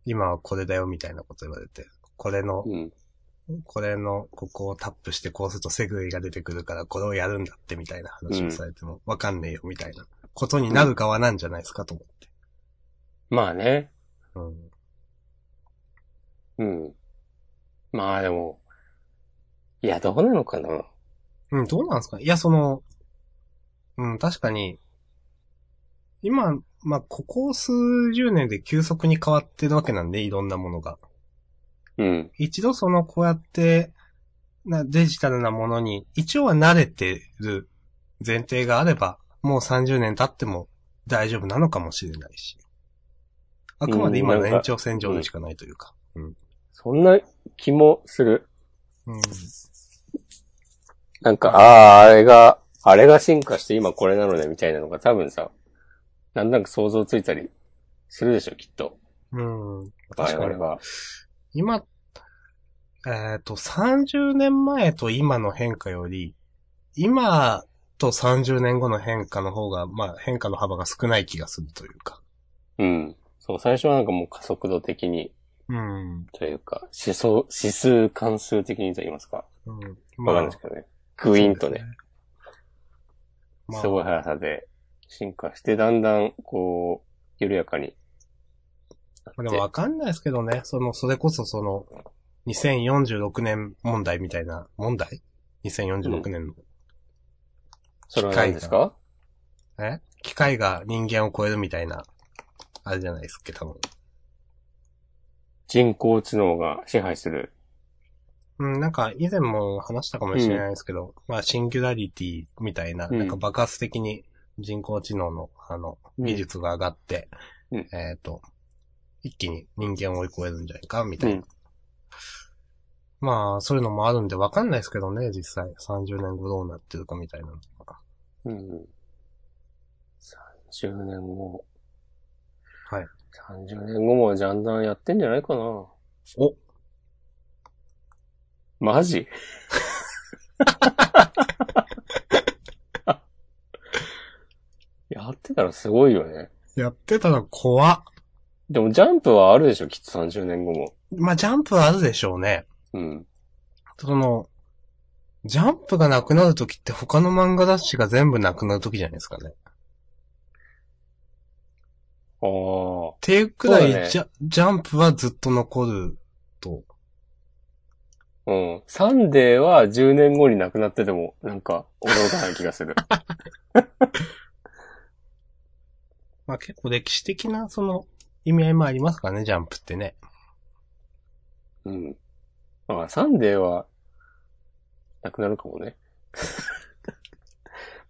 A: 今はこれだよみたいなこと言われて、これの、
B: うん、
A: これの、ここをタップしてこうするとセグウェイが出てくるから、これをやるんだってみたいな話をされても、わかんねえよみたいなことになる側なんじゃないですかと思って。
B: まあね、
A: うん。
B: うん。まあでも、いや、どうなのかな
A: うん、どうなんですかいや、その、うん、確かに、今、まあ、ここ数十年で急速に変わってるわけなんで、いろんなものが。
B: うん、
A: 一度その、こうやって、な、デジタルなものに、一応は慣れてる前提があれば、もう30年経っても大丈夫なのかもしれないし。あくまで今
B: う
A: の
B: んなんか
A: 延長線上でしかないというか。うん。
B: そんな気もする。
A: うん。
B: なんか、ああ、あれが、あれが進化して今これなのね、みたいなのが多分さ、なんだか想像ついたりするでしょ、きっと。
A: うん。
B: 我
A: 確か
B: 々
A: に。
B: は。
A: 今、えっ、と、30年前と今の変化より、今と30年後の変化の方が、まあ変化の幅が少ない気がするというか。
B: うん。そう、最初はなんかもう加速度的に、
A: うん。
B: というか、指数、指数関数的にと言いますか。
A: うん。
B: わかんないですけどね。グイーンとね、
A: まあ
B: すごい速さで進化して、だんだん、こう、緩やかになって。
A: でもわかんないですけどね。その、それこそその、2046年問題みたいな、問題 ?2046 年の、
B: それは何ですか
A: え機械が人間を超えるみたいな、あれじゃないですっけ、多分。
B: 人工知能が支配する。
A: うん、なんか以前も話したかもしれないですけど、まあシンギュラリティみたいな、
B: うん
A: なんか爆発的に人工知能の、あの、
B: うん
A: 技術が上がって、
B: うん
A: えっ、と、一気に人間を追い越えるんじゃないか、みたいな。
B: うん
A: まあ、そういうのもあるんでわかんないですけどね、実際。30年後どうなってるかみたいなのが。
B: うん。30年後。
A: はい。
B: 30年後もジャンダンやってんじゃないかな。
A: お
B: マ [laughs] ジやってたらすごいよね。
A: やってたら怖っ。
B: でもジャンプはあるでしょ、きっと30年後も。
A: まあ、ジャンプはあるでしょうね。
B: うん。
A: その、ジャンプがなくなるときって他の漫画雑誌が全部なくなるときじゃないですかね。
B: ああ。
A: っていうくらい
B: そうだね
A: ジャ,、ジャンプはずっと残ると。
B: うん。サンデーは10年後になくなってても、なんか、驚かない気が [laughs] する。
A: まあ結構歴史的なその意味合いもありますからね、ジャンプってね。
B: うん。まあ、サンデーは、なくなるか [laughs] もね。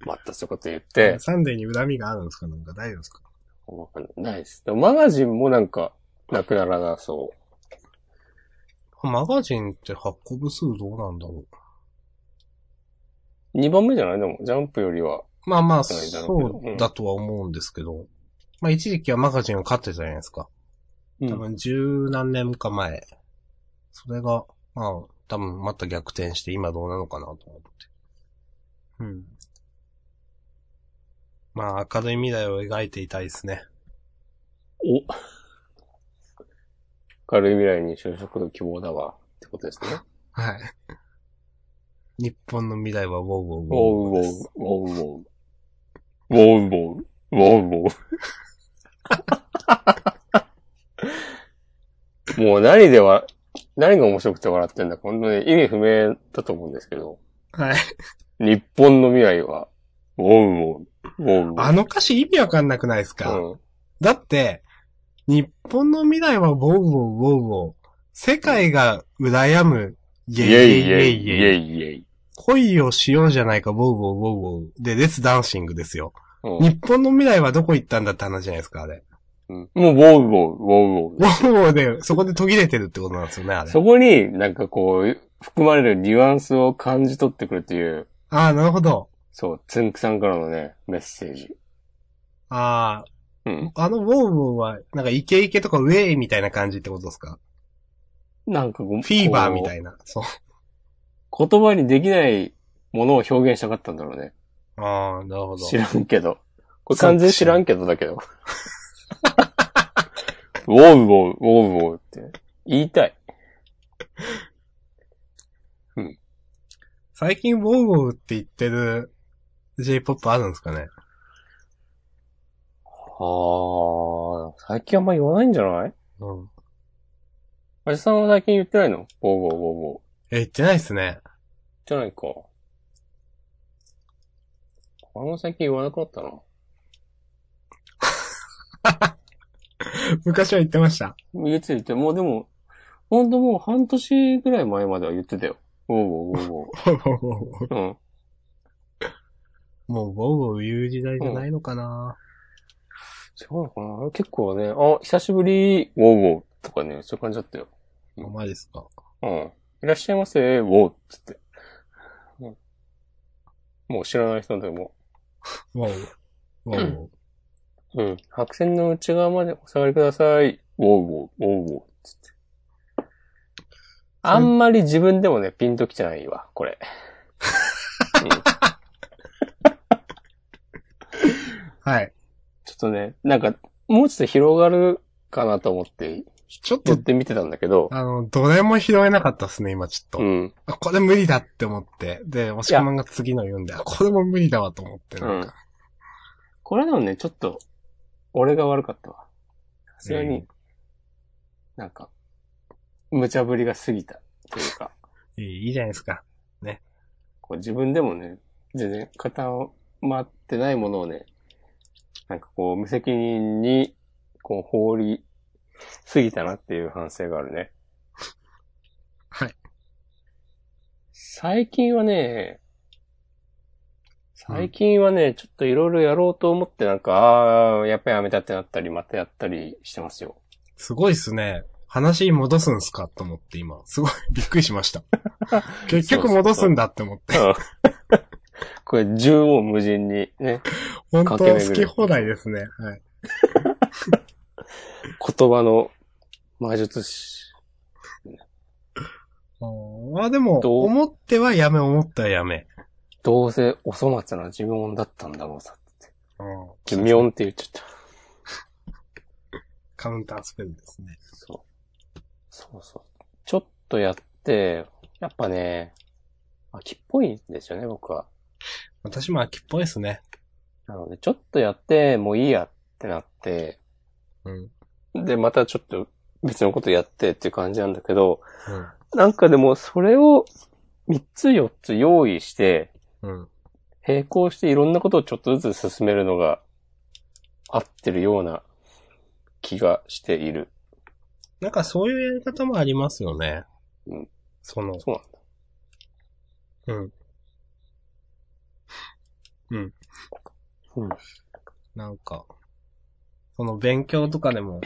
B: またそういうこと言って、
A: サンデーに恨みがあるんですかなんか大丈夫ですか
B: わかんないです。でもマガジンもなんか、なくならなそ
A: マガジンって発行部数どうなんだろ
B: う。2番目じゃないでも、ジャンプよりは。
A: う。まあまあ、
B: そうだ
A: そ
B: ろうけど
A: うだとは思うんですけど。まあ一時期はマガジンを買ってたじゃないですか。
B: う
A: 多分十何年か前それが、まあ、多分また逆転して今どうなのかなと思って。うん。まあ、明るい未来を描いていたいですね。
B: お明るい未来に就職の希望だわ。ってことですね。
A: はい。日本の未来はウォーウォー
B: ウ
A: ウォー。
B: ォーウォー、ウォーウォー。ウォーウォー、ウォーウォー。もう何では、何が面白くて笑ってんだか、本当に意味不明だと思うんですけど、
A: はい。
B: 日本の未来は、ウォーウォー、ウォーウォー。
A: あの歌詞意味わかんなくないですか、
B: うん
A: だって、日本の未来はウォーウォーウォーウォー。世界が羨む。イ
B: イ
A: ェイ
B: ェイ
A: イェイイ
B: イェ
A: ェイ
B: イイ
A: イ
B: ェ
A: ェイ。
B: イイェイ。
A: 恋をしようじゃないか、ウォーウォーウォーウォー。で、レッツダンシングですよ。
B: うん
A: 日本の未来はどこ行ったんだって話じゃないですか、あれ。
B: うんもうウォーウォー、ウォーウ
A: ウ
B: ォ
A: ォーウォーで、そこで途切れてるってことなんですよね、あ
B: ー。
A: れ。
B: そこになんかこう、含まれるニュアンスを感じ取ってくるという、
A: ああ、なるほど。
B: そう、つんくさんからのね、メッセージ。
A: あ
B: うん。
A: あ、あのウォーウォーは、なんかイケイケとかウェイみたいな感じってことですか
B: なんかこう、
A: フィーバーみた
B: い
A: いな。そう。
B: 言葉にできないものを表現したかったんだろうね。
A: ああ、なるほど。
B: 知らんけど。これ
A: そう
B: 完全に知らんけどだけ [laughs] ど。ウォウウォウ、ウォウウォウって言いたい。
A: 最近ウォーウォーって言ってる J-POP あるんですかね
B: はあ、最近あんま言わないんじゃない
A: うん。
B: あじさんは最近言ってないのウォウウォウウォウウォウ。
A: え、言ってないっすね。
B: じゃないか。俺も最近言わなくなったな。
A: 昔は言ってました。
B: 言って言って、もうでも、ほんともう半年ぐらい前までは言ってたよ。ウォウウォウウォウウォウ。
A: ウォーウォーウォーウォー
B: [laughs] うん。
A: もうウォーウォー言う時代じゃないのかな、
B: 違うのかな結構ね、あ、久しぶり、ウォーウォーとかね、そういう感じだったよ。うん
A: お前ですか
B: うん。いらっしゃいませ、ウォーっつって。うんもう知らない人でも、
A: ウォーウォーウォーウォー。
B: うん。白線の内側までお下がりください。ウォーウォー、ウォーウォーっつって。あんまり自分でもね、ピンときてないわ、これ。
A: はい。
B: ちょっとね、なんか、もうちょっと広がるかなと思って、
A: ちょっ
B: 言
A: と
B: っ、てみてたんだけど、
A: あの、どれも拾えなかったっすね、今ちょっと。
B: うん。
A: あ、これ無理だって思って。で、押し込まんが次の読んで、あ、これも無理だわと思って、なんか。
B: これでもね、ちょっと、俺が悪かったわ。さすが
A: う
B: に
A: ん、
B: なんか、無茶ぶりが過ぎたというか、
A: いいいいじゃないですか。
B: こう自分でもね、全然肩を回ってないものをね、なんかこう、無責任に、こう、放りすぎたなっていう反省があるね。
A: [laughs] はい。
B: 最近はね、最近はね、ちょっといろいろやろうと思ってなんか、ああ、やっぱやめたってなったり、またやったりしてますよ。
A: すごいっすね。話に戻すんすかと思って今。すごいびっくりしました。結局戻すんだって思って。
B: これ、縦横無尽にね、
A: 本
B: そう
A: 当
B: そう
A: 好き放題ですね。はい。
B: 言葉の魔術師。
A: あーまあでも、
B: どう
A: 思ってはやめ、思ったはやめ。
B: どうせお粗末な呪文だったんだろうさって。
A: うん
B: 呪文って言っちゃった。
A: カウンタースペルですね。
B: そう。そうそう。ちょっとやって、やっぱね、秋っぽいんですよね、僕は。
A: 私も秋っぽいっすね。
B: なので、ちょっとやって、もういいやってなって、
A: うん。
B: で、またちょっと別のことやってっていう感じなんだけど、なんかでもそれを3つ4つ用意して、
A: うん。うん。
B: 並行していろんなことをちょっとずつ進めるのが合ってるような気がしている。
A: なんかそういうやり方もありますよね。
B: うん。
A: その、
B: そうなんだ。
A: うん。うん。
B: うん。
A: なんか、その勉強とかでも、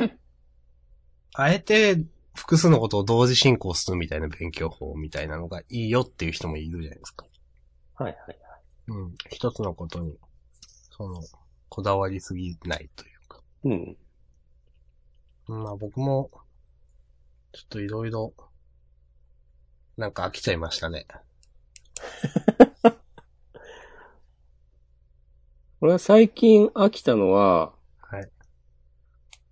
A: あえて複数のことを同時進行するみたいな勉強法みたいなのがいいよっていう人もいるじゃないですか。
B: はいはい。
A: うん。一つのことに、その、こだわりすぎないというか。
B: うん。
A: まあ僕も、ちょっといろいろなんか飽きちゃいましたね。
B: 俺は最近飽きたのは、
A: はい。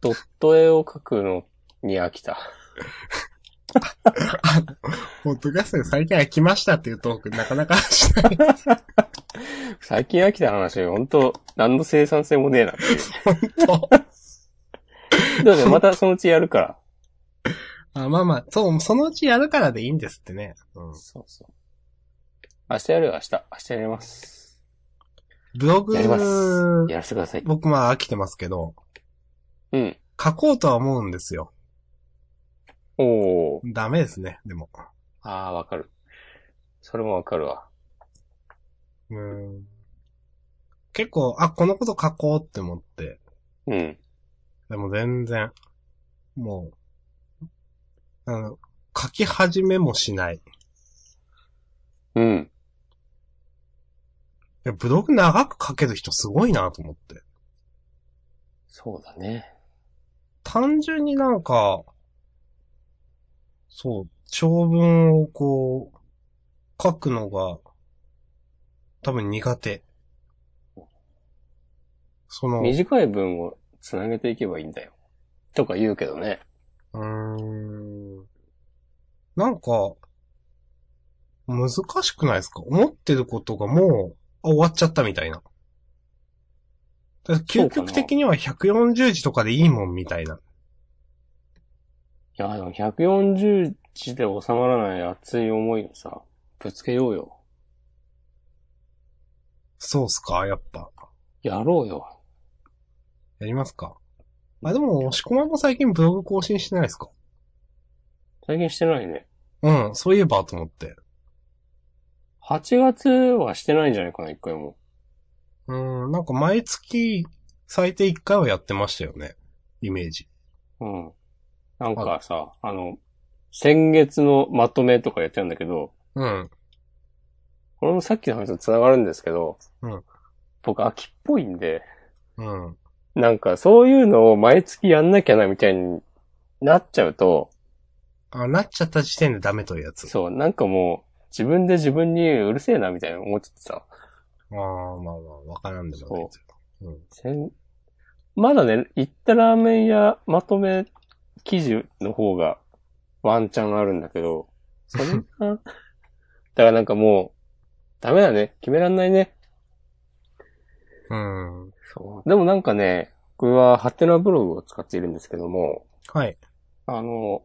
B: ドット絵を描くのに飽きた。
A: [laughs] ポッドキャストで最近飽きましたっていうトークなかなかしない。
B: 最近飽きた話、本当何の生産性もねえな。
A: 本
B: だってまたそのうちやるから。
A: [laughs] 当あまあまあ、そう、そのうちやるからでいいんですってね。うん。
B: そうそう。明日やるよ、明日。明日やります。
A: ブログ
B: やります。やらせてください。
A: 僕まあ飽きてますけど、
B: うん。
A: 書こうとは思うんですよ。
B: おお。
A: ダメですね、でも。
B: ああ、わかる。それもわかるわ。
A: うん。結構、あ、このこと書こうって思って、
B: うん。
A: でも全然、もう、あの、書き始めもしない。い
B: うん。
A: や、ブログ長く書ける人すごいなと思って。
B: そうだね。
A: 単純になんか、そう、長文をこう、書くのが、多分苦手。その、う
B: 短い文を繋げていけばいいんだよ。とか言うけどね。
A: ーん、なんか、難しくないですか思ってることがもう、あ終わっちゃったみたいな。だから
B: そ
A: 究
B: うかな
A: 極的には140字とかでいいもんみたいな。
B: いや、でも140字で収まらない熱い思いをさ、ぶつけようよ。
A: そうっすかやっぱ。
B: やろうよ。
A: やりますか。あ、でも、押し込まんも最近ブログ更新してないですか
B: 最近してないね。
A: うん、そういえばと思って。
B: 8月はしてないんじゃないかな、一回も。
A: うん、なんか毎月最低1回はやってましたよね。イメージ。
B: うん。なんかさ、あの、先月のまとめとかやってるんだけど、
A: うん。
B: これもさっきの話と繋がるんですけど、
A: うん
B: 僕秋っぽいんで、
A: うん。
B: なんかそういうのを毎月やんなきゃなみたいになっちゃうと、
A: あ、なっちゃった時点でダメというやつ。
B: そう、なんかもう自分で自分にうるせえなみたいな思っちゃってさ、
A: ああ、まあまあ、わからんでもないけど。うん。
B: 先まだね、行ったラーメン屋まとめ記事の方がワンチャンあるんだけ [laughs] ど、それが、だからなんかもう、ダメだね。決めらんないね。
A: うん。
B: そう。でもなんかね、僕はハテナブログを使っているんですけども、
A: はい。
B: あの、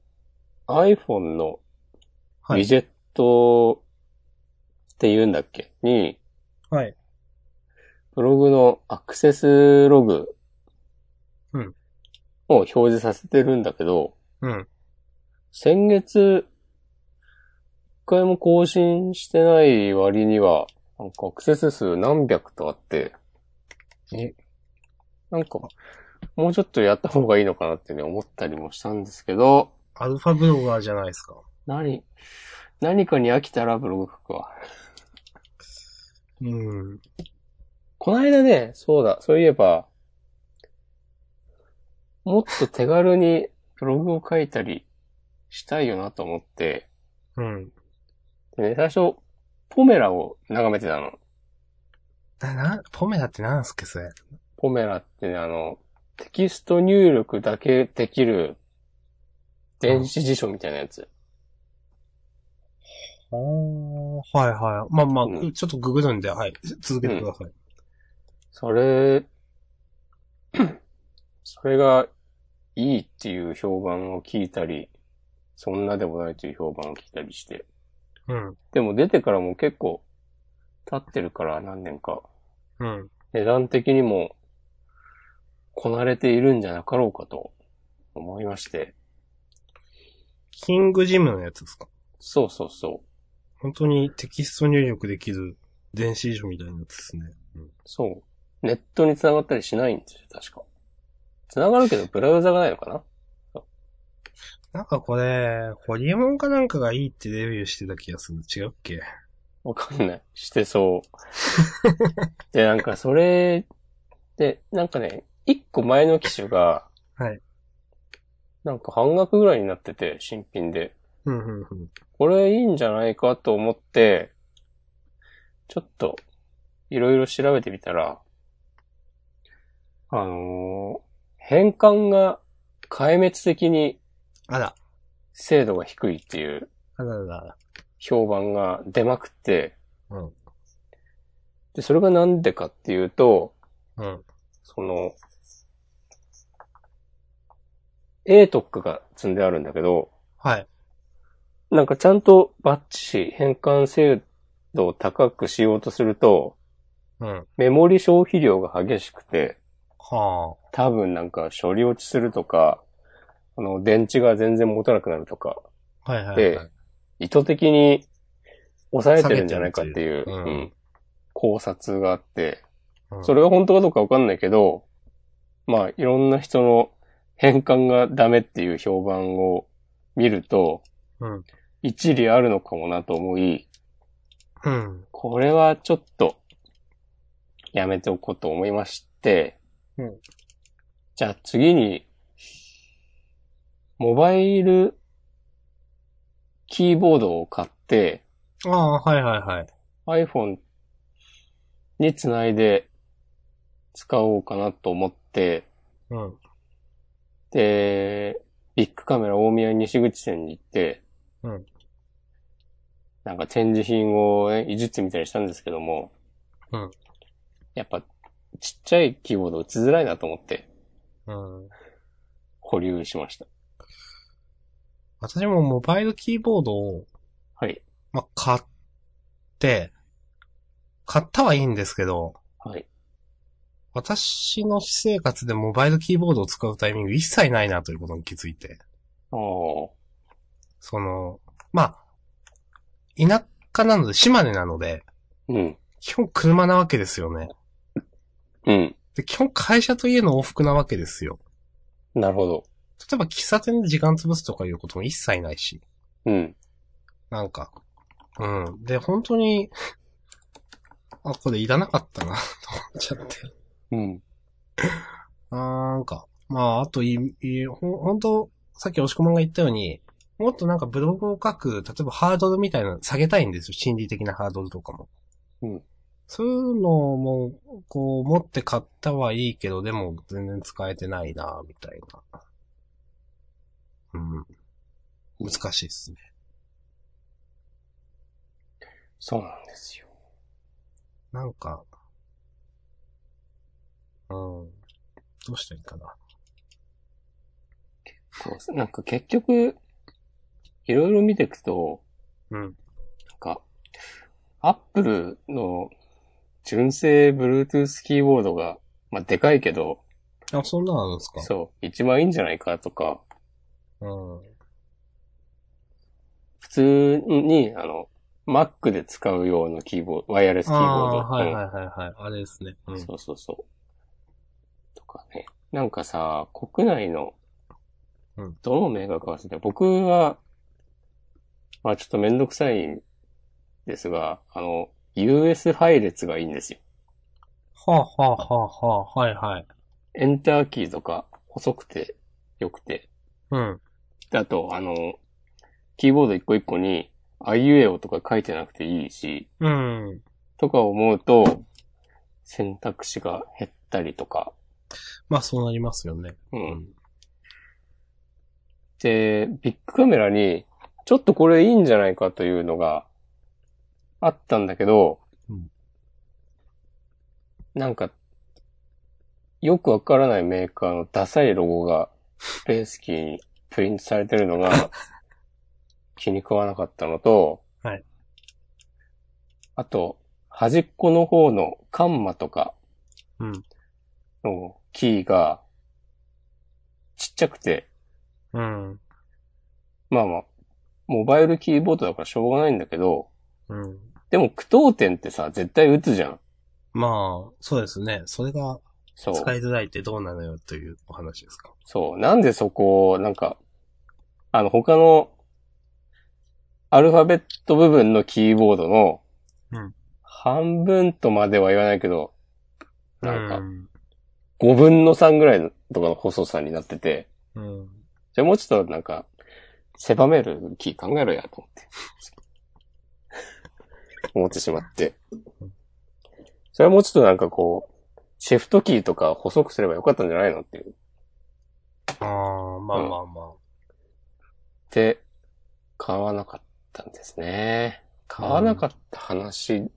B: iPhone の
A: は
B: ウィ
A: い。
B: ジェットって言うんだっけ、に、
A: はい。
B: ブログのアクセスログ
A: うん
B: を表示させてるんだけど、
A: うん。
B: 先月、一回も更新してない割には、なんかアクセス数何百とあって、
A: え
B: なんか、もうちょっとやった方がいいのかなってね、思ったりもしたんですけど、
A: アルファブロガーじゃないですか。
B: 何、何かに飽きたらブログ書くわ。
A: うん。
B: この間ね、そうだ、そういえば、もっと手軽にブログを書いたりしたいよなと思って、
A: うん。
B: でね、最初、ポメラを眺めてたの。
A: な、な、ポメラってなんすっけ、それ。
B: ポメラってね、あの、テキスト入力だけできる電子辞書みたいなやつ。
A: あーはいはい。まあまあ、
B: うん
A: ちょっとググるんで、はい。続けてください。
B: それ、 [clears throat] それがいいっていう評判を聞いたり、そんなでもないという評判を聞いたりして。
A: うん。
B: でも出てからも結構経ってるから何年か。
A: うん。
B: 値段的にもこなれているんじゃなかろうかと思いまして。
A: キングジムのやつですか
B: そうそうそう。
A: 本当にテキスト入力できる電子辞書みたいなやつですね。
B: そう。ネットに繋がったりしないんですよ、確か。繋がるけど、ブラウザがないのかな
A: なんかこれ、ホリエモンかなんかがいいってレビューしてた気がする。違うっけ
B: わかんない。してそう。
A: [laughs]
B: で、なんかそれ、で、なんかね、一個前の機種が、
A: はい。
B: なんか半額ぐらいになってて、新品で。
A: うんうんうん。
B: これいいんじゃないかと思って、ちょっと、いろいろ調べてみたら、あのー変換が壊滅的に
A: あら、
B: 精度が低いっていう
A: あららら。
B: 評判が出まくって、
A: うん
B: で、それがなんでかっていうと、
A: うん。
B: その、A トックが積んであるんだけど、
A: はい。
B: なんかちゃんとバッチ変換精度を高くしようとすると、
A: うん。
B: メモリ消費量が激しくて、
A: は
B: 多分なんか処理落ちするとか、あの、電池が全然持たなくなるとか、
A: あ。はいはい、
B: で
A: はい。
B: 意図的に抑えてるんじゃないかっていう、
A: 下げてるって
B: う
A: いうん
B: 考察があって、
A: うん
B: それが本当かどうかわかんないけど、まあ、いろんな人の変換がダメっていう評判を見ると、
A: うん
B: 一理あるのかもなと思い、
A: うん。
B: これはちょっと、やめておこうと思いまして、
A: うん
B: じゃあ次に、モバイルキーボードを買って、
A: ああ、はいはいはい。
B: iPhone につないで使おうかなと思って、
A: うん。
B: で、ビッグカメラ大宮西口店に行って、
A: うん
B: なんか展示品をね、いじってみたりしたんですけども、
A: うん
B: やっぱ、ちっちゃいキーボード打ちづらいなと思って
A: うん。
B: 保留しました。
A: 私もモバイルキーボードを、
B: はい。
A: まあ、買って、買ったはいいんですけど、
B: はい。
A: 私の私生活でモバイルキーボードを使うタイミング一切ないなということに気づいて。
B: ああ。
A: その、まあ、田舎なので、島根なので、
B: うん。
A: 基本車なわけですよね。
B: うん。
A: で、基本会社と家の往復なわけですよ。
B: なるほど。
A: 例えば喫茶店で時間潰すとかいうことも一切ないし。
B: うん。
A: なんか。うん。で、本当に、あ、これいらなかったな、と思っちゃって。
B: うん。
A: なんか。まあ、あといい、いいほん本当さっき押し込まんが言ったように、もっとなんかブログを書く、例えばハードルみたいなの下げたいんですよ。心理的なハードルとかも。
B: うん。
A: そういうのも、こう、持って買ったはいいけど、でも全然使えてないな、みたいな。うん。難しいですね。
B: そうなんですよ。
A: なんか、うん。どうしたらいいかな。
B: そうなんか結局、いろいろ見ていくと、
A: うん。
B: なんか、アップルの純正 Bluetooth キーボードが、まあ、でかいけど、
A: あ、そんなのあるんですか
B: そう、一番いいんじゃないかとか、
A: うん。
B: 普通に、あの、Mac で使う用のキーボード、ワイヤレスキーボード。
A: あーはい
B: うん
A: はいはいはい。あれですね。うん。
B: そうそうそう。とかね。なんかさ、国内の
A: うん、
B: どのメーカーか忘れて、僕は、まあちょっとめんどくさいんですが、あの、US 配列がいいんですよ。
A: はあ、はあはあはあ、はいはい。
B: エンターキーとか細くて良くて。
A: うん。
B: であと、あの、キーボード一個一個に、あいうえおとか書いてなくていいし、
A: うん。
B: とか思うと、選択肢が減ったりとか、
A: まあそうなりますよね。
B: うん。で、ビッグカメラに、ちょっとこれいいんじゃないかというのがあったんだけど、
A: うん
B: なんか、よくわからないメーカーのダサいロゴがベースキーにプリントされてるの
A: [laughs]
B: が気に食わなかったのと、
A: はい
B: あと、端っこの方のカンマとか、
A: うん。
B: のキーが、ちっちゃくて、
A: うん。
B: まあまあ、モバイルキーボードだからしょうがないんだけど、
A: うん。
B: でも苦闘点ってさ、絶対打つじゃん。
A: まあ、そうですね。それが
B: そう。
A: 使いづらいってどうなのよというお話ですか。
B: そう。なんでそこを、なんか、あの、他の、アルファベット部分のキーボードの
A: うん、
B: 半分とまでは言わないけど、なん
A: う
B: か、
A: ん
B: 5分の3ぐらいのとかの細さになってて、
A: うん。
B: じゃあもうちょっとなんか、狭める木考えろや、と思って。 [laughs] 思ってしまって。それはもうちょっとなんかこう、シフトキーとか細くすればよかったんじゃないのっていう。
A: ああ、まあまあまあ。
B: で、買わなかったんですね。買わなかった話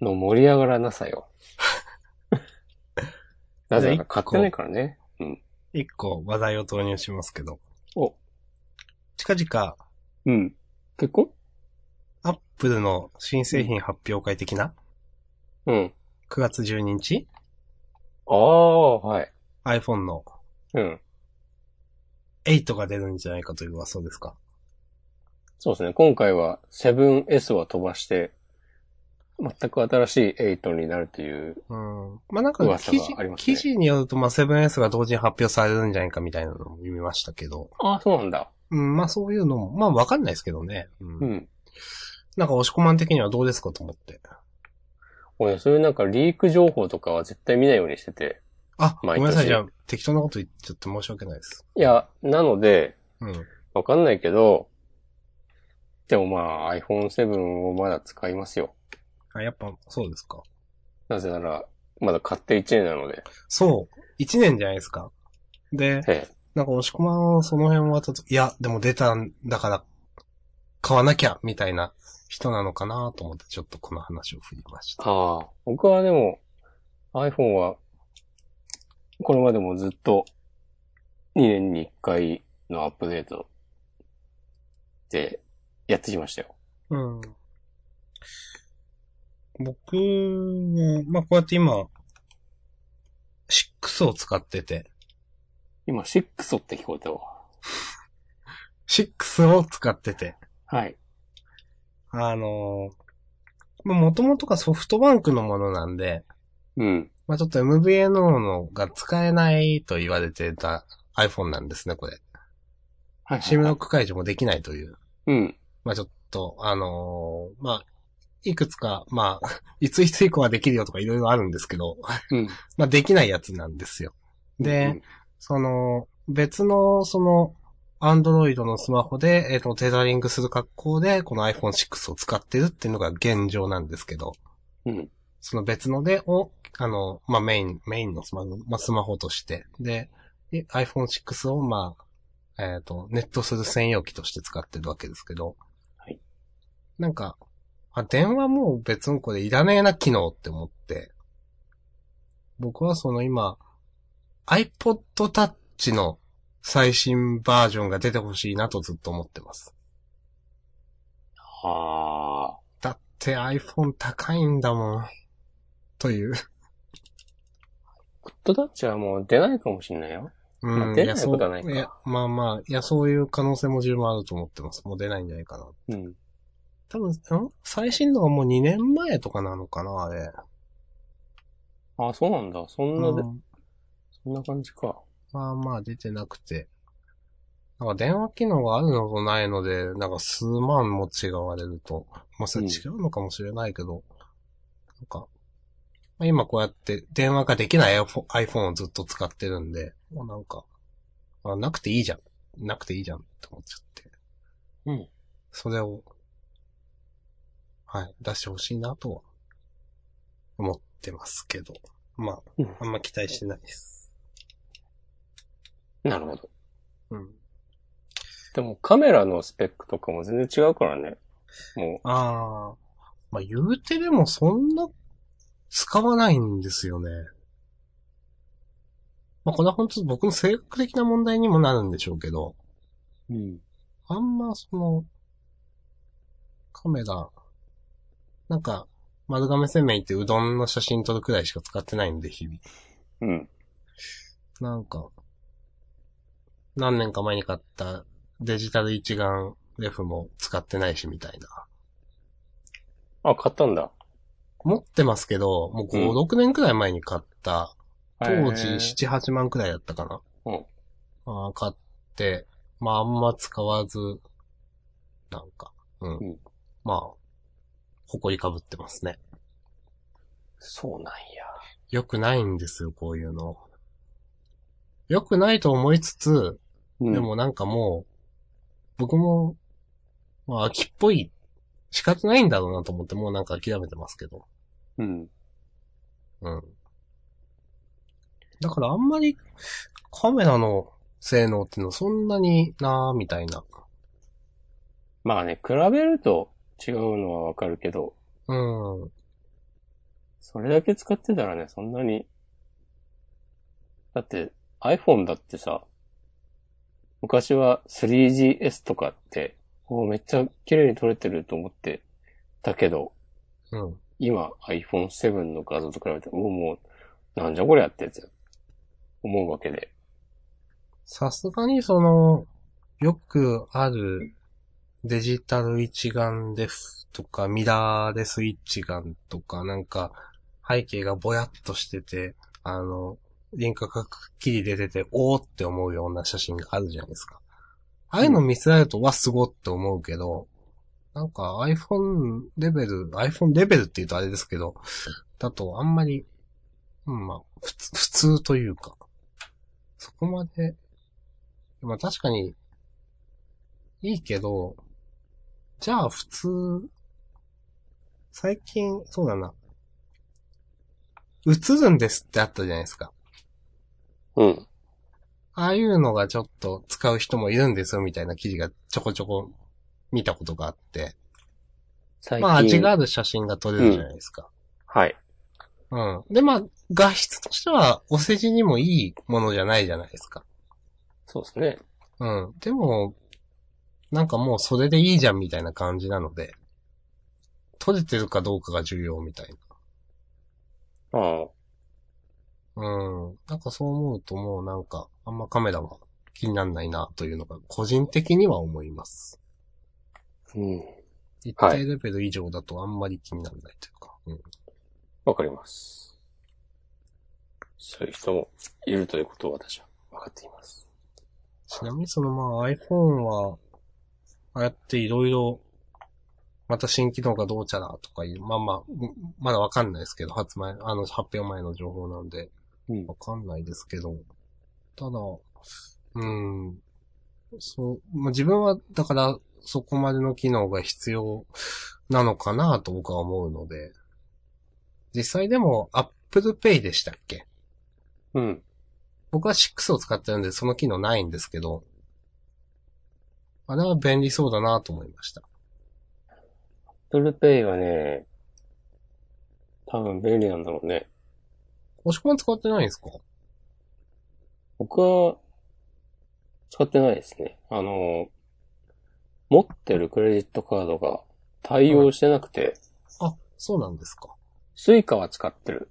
B: の盛り上がらなさよ。なぜなら買ってないからね。
A: 一個話題を投入しますけど。
B: お。
A: 近々、
B: うん。結婚
A: アップルの新製品発表会的な
B: うん。
A: 9月12日
B: ああ、はい。
A: ?iPhone の
B: うん。
A: 8が出るんじゃないかという噂ですか。
B: そうですね。今回は 7S は飛ばして、全く新しい8になるという。
A: うん。まあ、なんか
B: 噂
A: 記事、
B: がありますね
A: 記事によると、まあ、7S が同時に発表されるんじゃないかみたいなのも見ましたけど。
B: ああ、そうなんだ。
A: うん、まあ、そういうのも、まあ、わかんないですけどね。うん。
B: うん。
A: なんか、押し込まん的にはどうですかと思って。
B: 俺ね、そういうなんかリーク情報とかは絶対見ないようにしてて。
A: あ、ごめん
B: 毎年
A: なさい、じゃあ、適当なこと言っちゃって申し訳ないです。
B: いや、なので、
A: うん。
B: わかんないけど、でもまあ iPhone7 をまだ使いますよ。
A: あ、やっぱ、そうですか。
B: なぜなら、まだ買って1年なので。
A: そう。1年じゃないですか。で、
B: ええ
A: なんか、押し込まん、その辺はちょっと、いや、でも出たんだから、買わなきゃ、みたいな人なのかなと思って、ちょっとこの話を振りました。
B: ああ。僕はでも iPhone は、これまでもずっと2年に1回のアップデートでやってきましたよ。
A: うん。僕も、まあ、こうやって今、6を使ってて、
B: 今6をって聞こえたわ。
A: 6を使ってて、
B: はい。
A: あのー、まあ、もともとがソフトバンクのものなんで、
B: うん。
A: まあ、ちょっと MVNO のが使えないと言われてた iPhone なんですね、これ。
B: はい、
A: シムの区解除もできないという。
B: うん。
A: まあ、ちょっと、あのーまあ、いくつか、まあ、 [laughs] いついつ以降はできるよとかいろいろあるんですけど、
B: うん。
A: まあ、できないやつなんですよ。で、その、別の、その、アンドロイドのスマホで、えっ、と、テザリングする格好で、この iPhone6 を使ってるっていうのが現状なんですけど、
B: うん。
A: その別ので、を、あの、まあ、メイン、メインのスマホ、まあ、スマホとして、で、で iPhone6 を、まあ、えっ、と、ネットする専用機として使ってるわけですけど、
B: はい。
A: なんか、あ、電話もう別にこれいらねえな機能って思って、僕はその今、iPod Touch の最新バージョンが出てほしいなとずっと思ってます。
B: ああ。
A: だって iPhone 高いんだもん。という。
B: グッドタッチはもう出ないかもしんないよ。
A: うん、
B: まあ出ないことはないか
A: やそうやまあまあ、いや、そういう可能性も十分あると思ってます。もう出ないんじゃないかな。
B: うん。
A: 多分、ん最新のがもう2年前とかなのかな、あれ。
B: ああ、そうなんだ。そんなで、
A: うん
B: そんな感じか。
A: まあまあ、出てなくて。なんか電話機能があるのとないので、なんか数万も違われると。まあ、それ違うのかもしれないけど、なんか、まあ、今こうやって電話ができない iPhone- iPhone をずっと使ってるんで、もうなんか、あなくていいじゃん。なくていいじゃんって思っちゃって。
B: うん。
A: それを、はい、出してほしいなとは、思ってますけど。まあ、
B: うん
A: あんま期待してないです。
B: なるほど。
A: うん。
B: でもカメラのスペックとかも全然違うからね。も
A: ああ。まあ、言うてでもそんな、使わないんですよね。まあ、これは本当僕の性格的な問題にもなるんでしょうけど、
B: う。うん。
A: あんまその、カメラ、なんか、丸亀製麺行ってうどんの写真撮るくらいしか使ってないんで、日々。
B: うん。
A: なんか、何年か前に買ったデジタル一眼レフも使ってないしみたいな。
B: あ、買ったんだ。
A: 持ってますけど、もう5、
B: うん
A: 6年くらい前に買った、当時
B: へえ
A: 7、8万くらいだったかな。
B: うん
A: あー買って、まああんま使わず、なんか、うん。
B: うん
A: まあ、誇りかぶってますね。
B: そうなんや。
A: 良くないんですよ、こういうの。良くないと思いつつ、
B: うん
A: で、もなんかもう、僕も、まあ、秋っぽい、仕方ないんだろうなと思って、もうなんか諦めてますけど。
B: うん。
A: うん。だからあんまり、カメラの性能っていうのはそんなになーみたいな。
B: まあね、比べると違うのはわかるけど、
A: うん。
B: それだけ使ってたらね、そんなに。だって、iPhone だってさ、昔は 3GS とかって、おめっちゃ綺麗に撮れてると思ってたけど、
A: うん。
B: 今 iPhone7 の画像と比べて、おおもう、なんじゃこりゃってやつ、思うわけで。
A: さすがにその、よくあるデジタル一眼ですとか、ミラーレス一眼とか、なんか背景がぼやっとしてて、あの、輪郭がくっきり出てて、おーって思うような写真があるじゃないですか。ああいうの見せられると、わ、すごって思うけど、なんか iPhone レベル、iPhone レベルって言うとあれですけど、だとあんまり、うん、まあ、普通普通というか、そこまでまあ確かに、いいけど、じゃあ普通、最近、そうだな。映るんですってあったじゃないですか。
B: うん。
A: ああいうのがちょっと使う人もいるんですよみたいな記事がちょこちょこ見たことがあって。
B: 最
A: まあ味がある写真が撮れるじゃないですか。
B: はい。
A: うん。でまあ画質としてはお世辞にもいいものじゃないじゃないですか。
B: そうですね。
A: うん。でも、なんかもうそれでいいじゃんみたいな感じなので、取れてるかどうかが重要みたい
B: ああ。
A: な。うん。なんかそう思うともうなんか、あんまカメラは気になんないなというのが個人的には思います。
B: うん。
A: 一定レベル以上だとあんまり気にならないというか。うん。
B: わかります。そういう人もいるということを私は分かっています。
A: ちなみにそのまあ iPhone は、ああやっていろいろ、また新機能がどうちゃらとかいう、まあまあ、うんまだわかんないですけど、発売、あの、発表前の情報なんで、
B: うん
A: わかんないですけど、ただ、うん、そう、まあ自分は、だから、そこまでの機能が必要なのかなと僕は思うので、実際でも Apple Pay でしたっけ
B: うん。
A: 僕は6を使ってるんで、その機能ないんですけど、あれは便利そうだなと思いました。
B: Apple Pay はね、多分便利なんだろうね。
A: 押し込まん使ってないんですか
B: 僕は使ってないですね。あの、持ってるクレジットカードが対応してなくて、
A: あ、そうなんですか。
B: スイカは使ってる。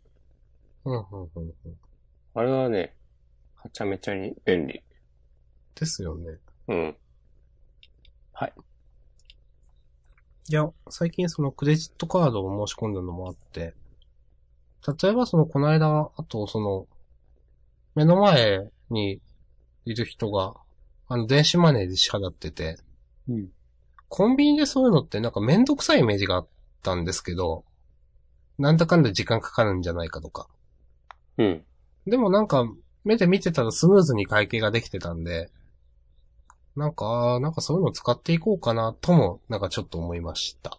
A: うん、うん、うん。うん
B: あれはね、はちゃめちゃに便利。
A: ですよね。
B: うん。
A: いや、最近そのクレジットカードを申し込んだのもあって、例えばそのこの間、あとその、目の前にいる人が、あの、電子マネーで支払ってて、
B: うん。
A: コンビニでそういうのってなんかめんどくさいイメージがあったんですけど、なんだかんだ時間かかるんじゃないかとか。
B: うん。
A: でもなんか、目で見てたらスムーズに会計ができてたんで、なんか、あーなんかそういうの使っていこうかなとも、なんかちょっと思いました。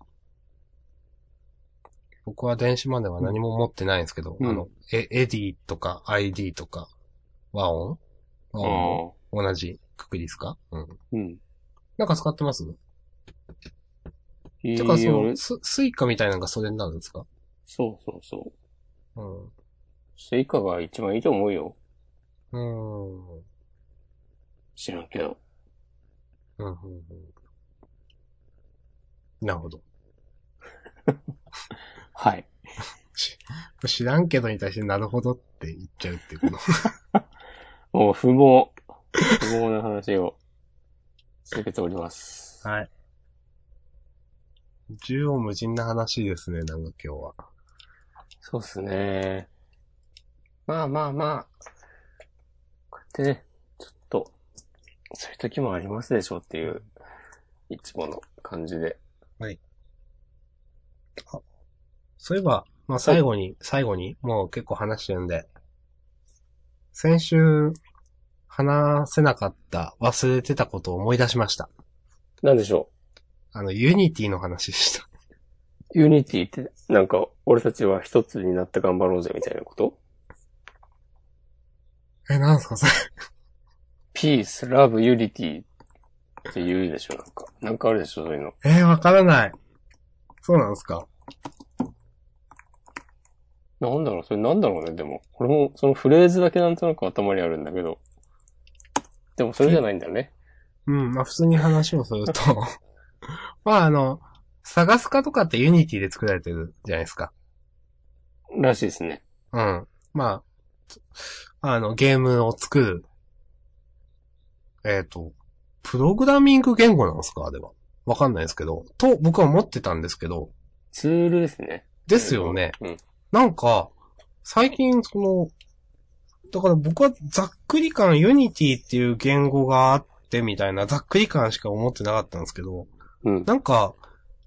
A: 僕は電子マネーは何も持ってないんですけど、
B: うん
A: あの、エエディとか ID とか、和音和
B: あ
A: 音も
B: あ。
A: 同じくくりですかうん。
B: うん。
A: なんか使ってます
B: いい
A: てか、そ
B: よ
A: の、ス、スイカみたいなのがそれになるんですか
B: そうそうそう。
A: うん。う
B: スイカが一番いいと思うよ。
A: ーん。うん
B: 知らんけど。
A: うんうん。なるほど。
B: はい。
A: 知らんけどに対してなるほどって言っちゃうっていうこ [laughs] の。
B: もう不毛。不毛な話を続けております。
A: はい。縦横無尽な話ですね、なんか今日は。
B: そうっすね。まあまあまあ。こうやってね、ちょっと、そういう時もありますでしょうっていう、いつもの感じで。
A: そういえば、まあ最後に、最後に、もう結構話してるんで、先週、話せなかった、忘れてたことを思い出しました。
B: なんでしょ
A: あの、ユニティの話した。
B: う。ユニティって、なんか、俺たちは一つになって頑張ろうぜみたいなこと
A: え、なんすかそれ。
B: ピース、ラブ、ユニティって言うでしょ、なんか。なんかあるでしょ、そういうの。
A: えー、わからない。そうなんですか
B: なんだろう、それなんだろうね、でも。俺も、そのフレーズだけなんとなく頭にあるんだけど。でも、それじゃないんだよね。
A: うん、まあ普通に話をすると。 [laughs] まああの、探すかとかってユニティで作られてるじゃないですか。
B: らしいですね。
A: うん。まあ、あの、ゲームを作る。えっ、と、プログラミング言語なんですかあれは。わかんないですけど。と、僕は思ってたんですけど。
B: ツールですね。
A: ですよね。
B: うん。
A: なんか、最近その、だから僕はざっくり感、ユニティっていう言語があってみたいな、ざっくり感しか思ってなかったんですけど、
B: うん。
A: なんか、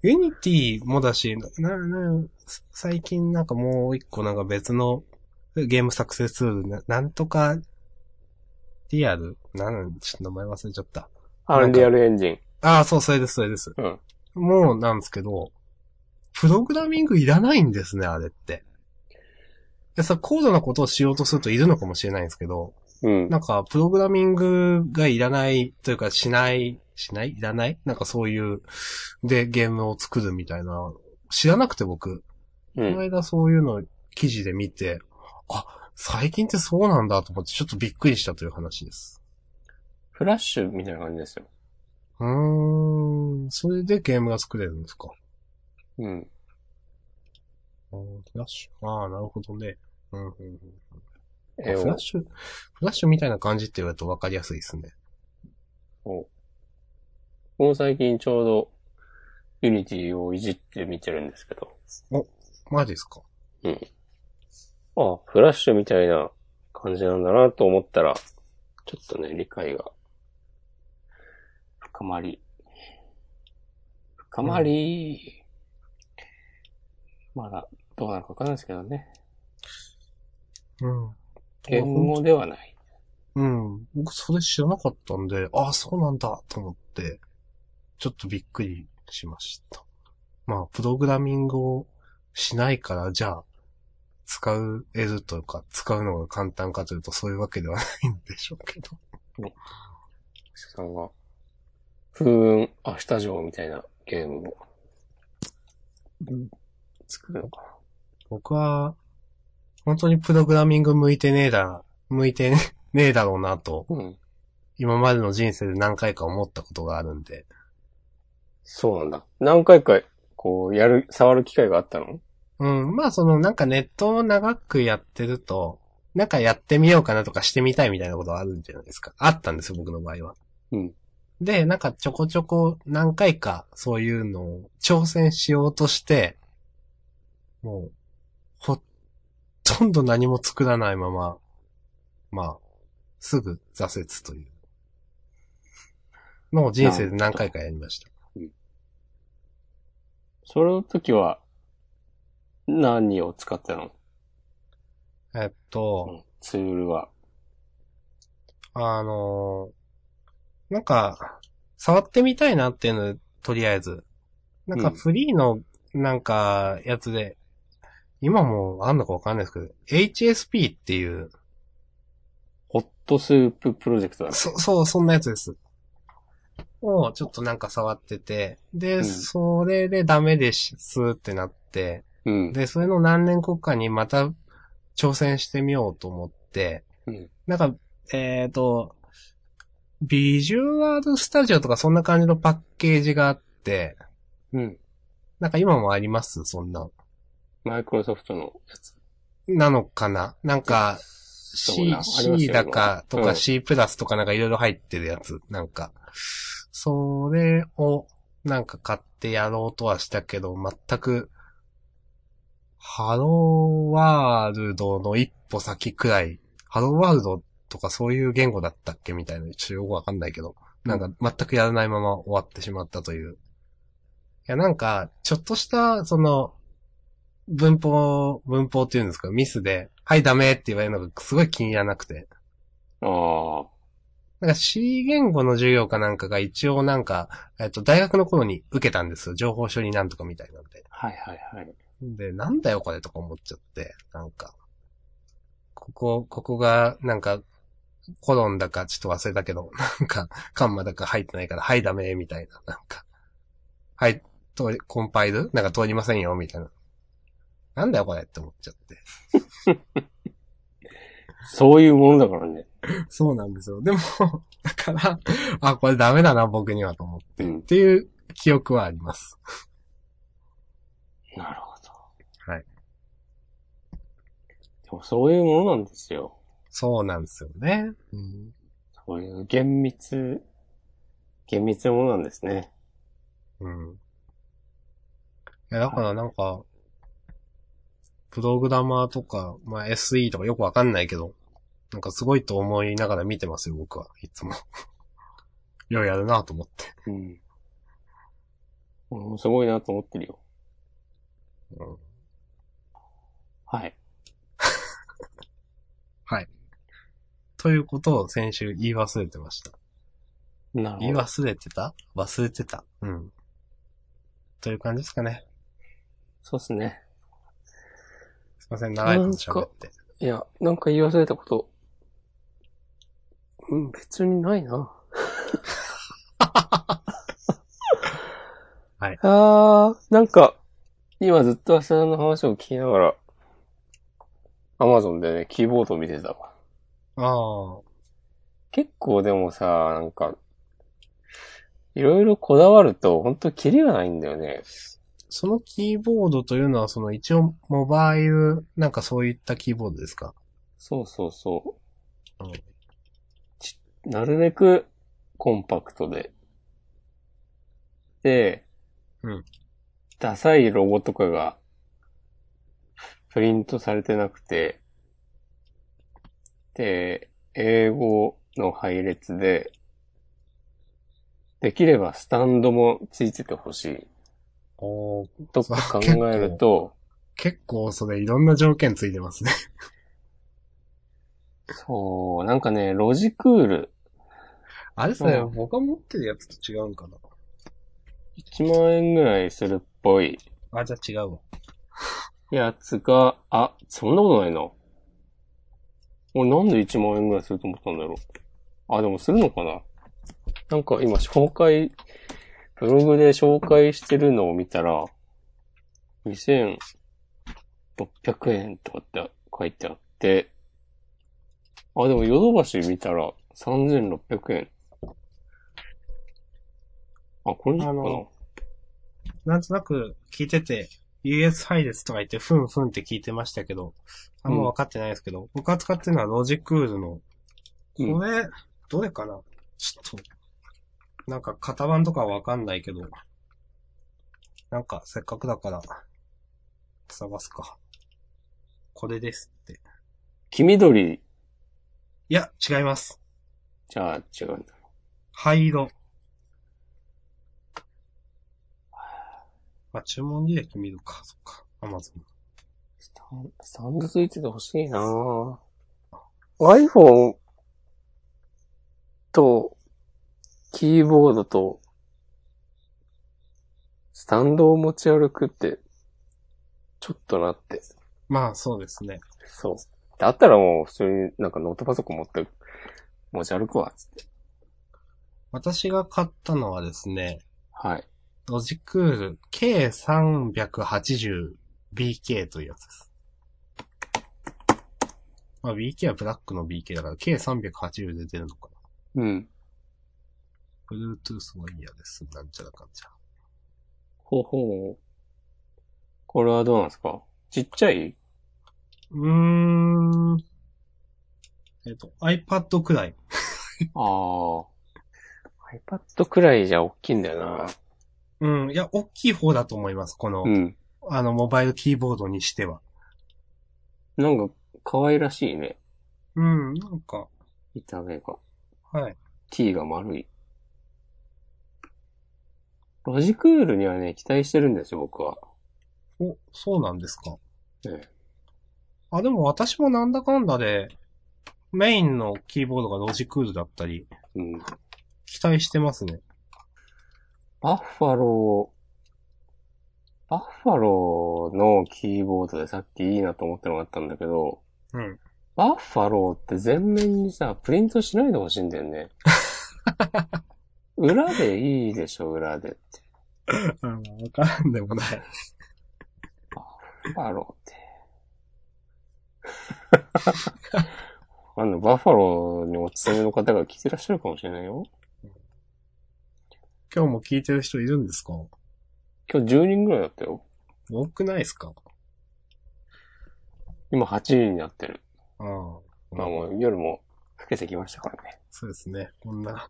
A: ユニティもだし、な、な、最近なんかもう一個なんか別のゲーム作成ツール、ななんとか、リアルなん、ちょっと名前忘れちゃった。
B: アンリアルエンジン。
A: ああ、そう、それです、それです。
B: うん
A: もうなんですけど、プログラミングいらないんですね、あれって。でさ、高度なことをしようとするといるのかもしれないんですけど、
B: うん。
A: なんか、プログラミングがいらないというか、しない、しないいらないなんかそういう、で、ゲームを作るみたいな、知らなくて僕、
B: う
A: この
B: ん。
A: 間そういうの記事で見て、あ、最近ってそうなんだと思って、ちょっとびっくりしたという話です。
B: フラッシュみたいな感じですよ。
A: うーん、それでゲームが作れるんですか。
B: うん。
A: あーフラッシュ。ああ、なるほどね。うんうんうん、
B: 絵
A: フラ
B: を
A: ッ。シュ、フラッシュみたいな感じって言われると分かりやすいですね。
B: この最近ちょうど、ユニティをいじって見てるんですけど。
A: マジですか
B: あ、フラッシュみたいな感じなんだなと思ったら、ちょっとね、理解が、深まり、深まり、まだ、どうなるかわかんないですけどね。
A: うん。
B: 言語ではない。
A: うん。僕それ知らなかったんで、ああ、そうなんだと思って、ちょっとびっくりしました。まあ、プログラミングをしないから、じゃあ、使う、得るというか、使うのが簡単かというと、そういうわけではないんでしょうけど。
B: 石田さんが、風雲明日城みたいなゲームを、作るのか
A: 僕は、本当にプログラミング向いてねえだ、向いてねねえだろうなと、
B: な。うん。
A: 今までの人生で何回か思ったことがあるんで。
B: そうなんだ。何回か、こう、やる、触る機会があったの
A: うん、まあそのなんかネットを長くやってると、なんかやってみようかなとかしてみたいみたいなことはあるんじゃないですか。あったんですよ、僕の場合は。
B: うん。
A: で、なんかちょこちょこ何回かそういうのを挑戦しようとして、もう、ほとんど何も作らないまま、まあ、すぐ挫折という。のを人生で何回かやりました。
B: その時は、何を使ったの
A: えっと、
B: ツールは。
A: あのーなんか、触ってみたいなっていうので、とりあえず。なんか
B: うん
A: フリーの、なんか、やつで、今もあんのかわかんないですけど、HSP っていう、
B: ホットスーププロジェクトだ。
A: そ、そう、そんなやつです。を、ちょっとなんか触ってて、で、
B: うん
A: それでダメですってなって、
B: うん。
A: で、それの何年後かにまた挑戦してみようと思って、
B: うん。
A: なんか、えっ、と、ビジュアルスタジオとかそんな感じのパッケージがあって、
B: うん。
A: なんか今もありますそんな。
B: マイクロソフトのやつ。
A: なのかななんか、
B: そ
A: C
B: うな、あります
A: C
B: よ
A: だかと
B: う
A: か
B: ん
A: C プラスとかなんかいろいろ入ってるやつ。なんか、それをなんか買ってやろうとはしたけど、全く、ハローワールドの一歩先くらい、ハローワールドとかそういう言語だったっけみたいな、ちょっとよくわかんないけど、なんか全くやらないまま終わってしまったという。いや、なんか、ちょっとした、その、文法、文法っていうんですか、ミスで、はい、ダメって言われるのがすごい気に入らなくて。
B: ああ。
A: なんか C 言語の授業かなんかが一応なんか、えっと、大学の頃に受けたんですよ。情報処理なんとかみたいなんで。
B: はいはいはい。
A: で、なんだよこれとか思っちゃって、なんか、ここ、ここが、なんか、コロンだかちょっと忘れたけど、なんか、カンマだか入ってないから、はいダメ、みたいな、なんか、はい、とコンパイルなんか通りませんよ、みたいな。なんだよこれって思っちゃって。
B: そういうものだからね。
A: そうなんですよ。でも、だから、 [laughs] あ、これダメだな、僕にはと思って、
B: うん
A: っていう記憶はあります。
B: なるほど。
A: はい。
B: でもそういうものなんですよ。
A: そうなんですよね。うん
B: そういう厳密、厳密なものなんですね。
A: うん。いや、だからなんか、プログラマーとか、まあ SE とかよくわかんないけど、なんかすごいと思いながら見てますよ、僕は。いつも。 [laughs] ようやるなと思って。
B: うん。俺もすごいなと思ってるよ。
A: うん
B: はい。
A: ということを先週言い忘れてました。
B: な
A: 言い
B: るほど。
A: 忘れてた忘れてた。うん。という感じですかね。
B: そうっすね。
A: すいません、長いこと喋って。
B: いや、なんか言い忘れたこと。うん、別にない [laughs] な。
A: はい
B: あー、なんか、今ずっと浅田の話を聞きながら、アマゾンでね、キーボードを見てたわ。
A: ああ。
B: 結構でもさ、なんか、いろいろこだわると、ほんとキリがないんだよね。
A: そのキーボードというのは、その一応、モバイル、なんかそういったキーボードですか
B: そうそうそうう。なるべくコンパクトで。で、
A: うん
B: ダサいロゴとかが、プリントされてなくて、で、英語の配列で、できればスタンドもついててほしい。
A: おー
B: とか考えると、
A: 結構それいろんな条件ついてますね。
B: そう、なんかね、ロジクール。
A: あれそ
B: れ
A: 僕が持ってるやつと違うんかな
B: 1万円ぐらいするっぽい
A: あ、じゃあ違うわ。
B: やつが、あ、そんなことないな。俺なんで1万円ぐらいすると思ったんだろう。あ、でもするのかななんか今紹介、ブログで紹介してるのを見たら、2600円とかって書いてあって、あ、でもヨドバシ見たら3600円。あ、これなのか
A: あ
B: な
A: のなんとなく聞いてて、US 配列とか言って、ふんふんって聞いてましたけど、あんま分かってないですけど、僕が使ってるのはロジクールの、こ
B: う
A: れ、
B: ん
A: どれかなちょっと、なんか型番とかは分かんないけど、なんかせっかくだから、探すか。これですって。
B: 黄緑
A: いや、違います。
B: じゃあ違うんだ。
A: 灰色。まあ、注文履歴見るか、そっか。アマゾン。
B: スタンスタンドついててほしいなぁ。iPhone と、キーボードと、スタンドを持ち歩くって、ちょっとなって。
A: まあ、そうですね。
B: そう。だったらもう普通になんかノートパソコン持って、持ち歩くわ、つって。
A: 私が買ったのはですね、
B: はい。
A: ロジクール K380BK というやつです。まあ、BK はブラックの BK だから K380 で出るのか
B: うん。
A: な。Bluetooth もいいやです。なんちゃらかんちゃら。
B: ほうほう。これはどうなんですかちっちゃいう
A: ーん。えっ、と、iPad くらい。
B: ああ。iPad くらいじゃ大きいんだよな
A: うん。いや、大きい方だと思います。この、
B: うん。
A: あの、モバイルキーボードにしては。
B: なんか、可愛らしいね。
A: うん、なんか、
B: 見た目が。
A: はい。
B: T が丸い。ロジクールにはね、期待してるんですよ、僕は。
A: お、そうなんですか。
B: ええ
A: あ、でも私もなんだかんだで、メインのキーボードがロジクールだったり、
B: うん。
A: 期待してますね。
B: バッファロー、バッファローのキーボードでさっきいいなと思ったのがあったんだけど、
A: [laughs] うん。
B: バッファローって全面にさ、プリントしないでほしいんだよね。裏でいいでしょ、裏でって。
A: うん、わからんでもない。
B: バッファローって。あの、バッファローにお勤めの方が聞いてらっしゃるかもしれないよ。
A: 今日も聞いてる人いるんですか
B: 今日10人ぐらいだったよ。
A: 多くないですか
B: 今8人になってる。
A: ああ。
B: まあもう夜も更けてきましたからね。
A: そうですね。こんな、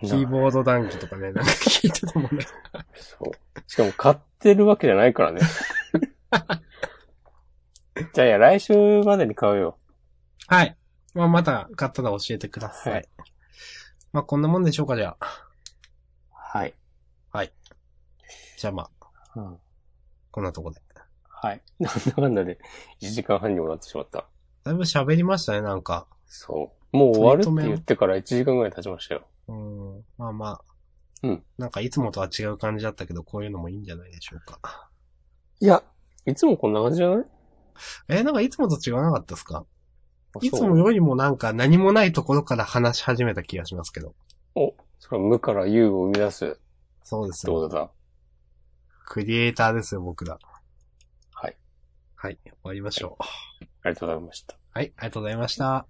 A: キーボード談義とかね、なんか聞いててもね。 [laughs]
B: そう。しかも買ってるわけじゃない [laughs] からね。じゃあいや、来週までに買うよ。
A: はい。まあ、また買ったら教えてください。
B: はい
A: まあ、こんなもんでしょうか、じゃあ。
B: はい。
A: じゃあまあ、
B: うん、
A: こんなとこで。
B: はい。なんだかんだで1時間半にもなってしまった。
A: だいぶ喋りましたね、なんか。
B: そう。もう終わるって言ってから1時間ぐらい経ちましたよ。
A: うん。まあまあ。
B: うん。
A: なんかいつもとは違う感じだったけど、こういうのもいいんじゃないでしょうか。
B: いや、いつもこんな感じじゃない
A: えーなんかいつもと違わなかったですかいつも
B: そう
A: よりもなんか何もないところから話し始めた気がしますけど。
B: お、それは無から有を生み出すって
A: そうですよ。
B: ことだ。
A: クリエイターですよ、僕ら。
B: はい。
A: はい。終わりましょう。
B: ありがとうございました。
A: はい、ありがとうございました。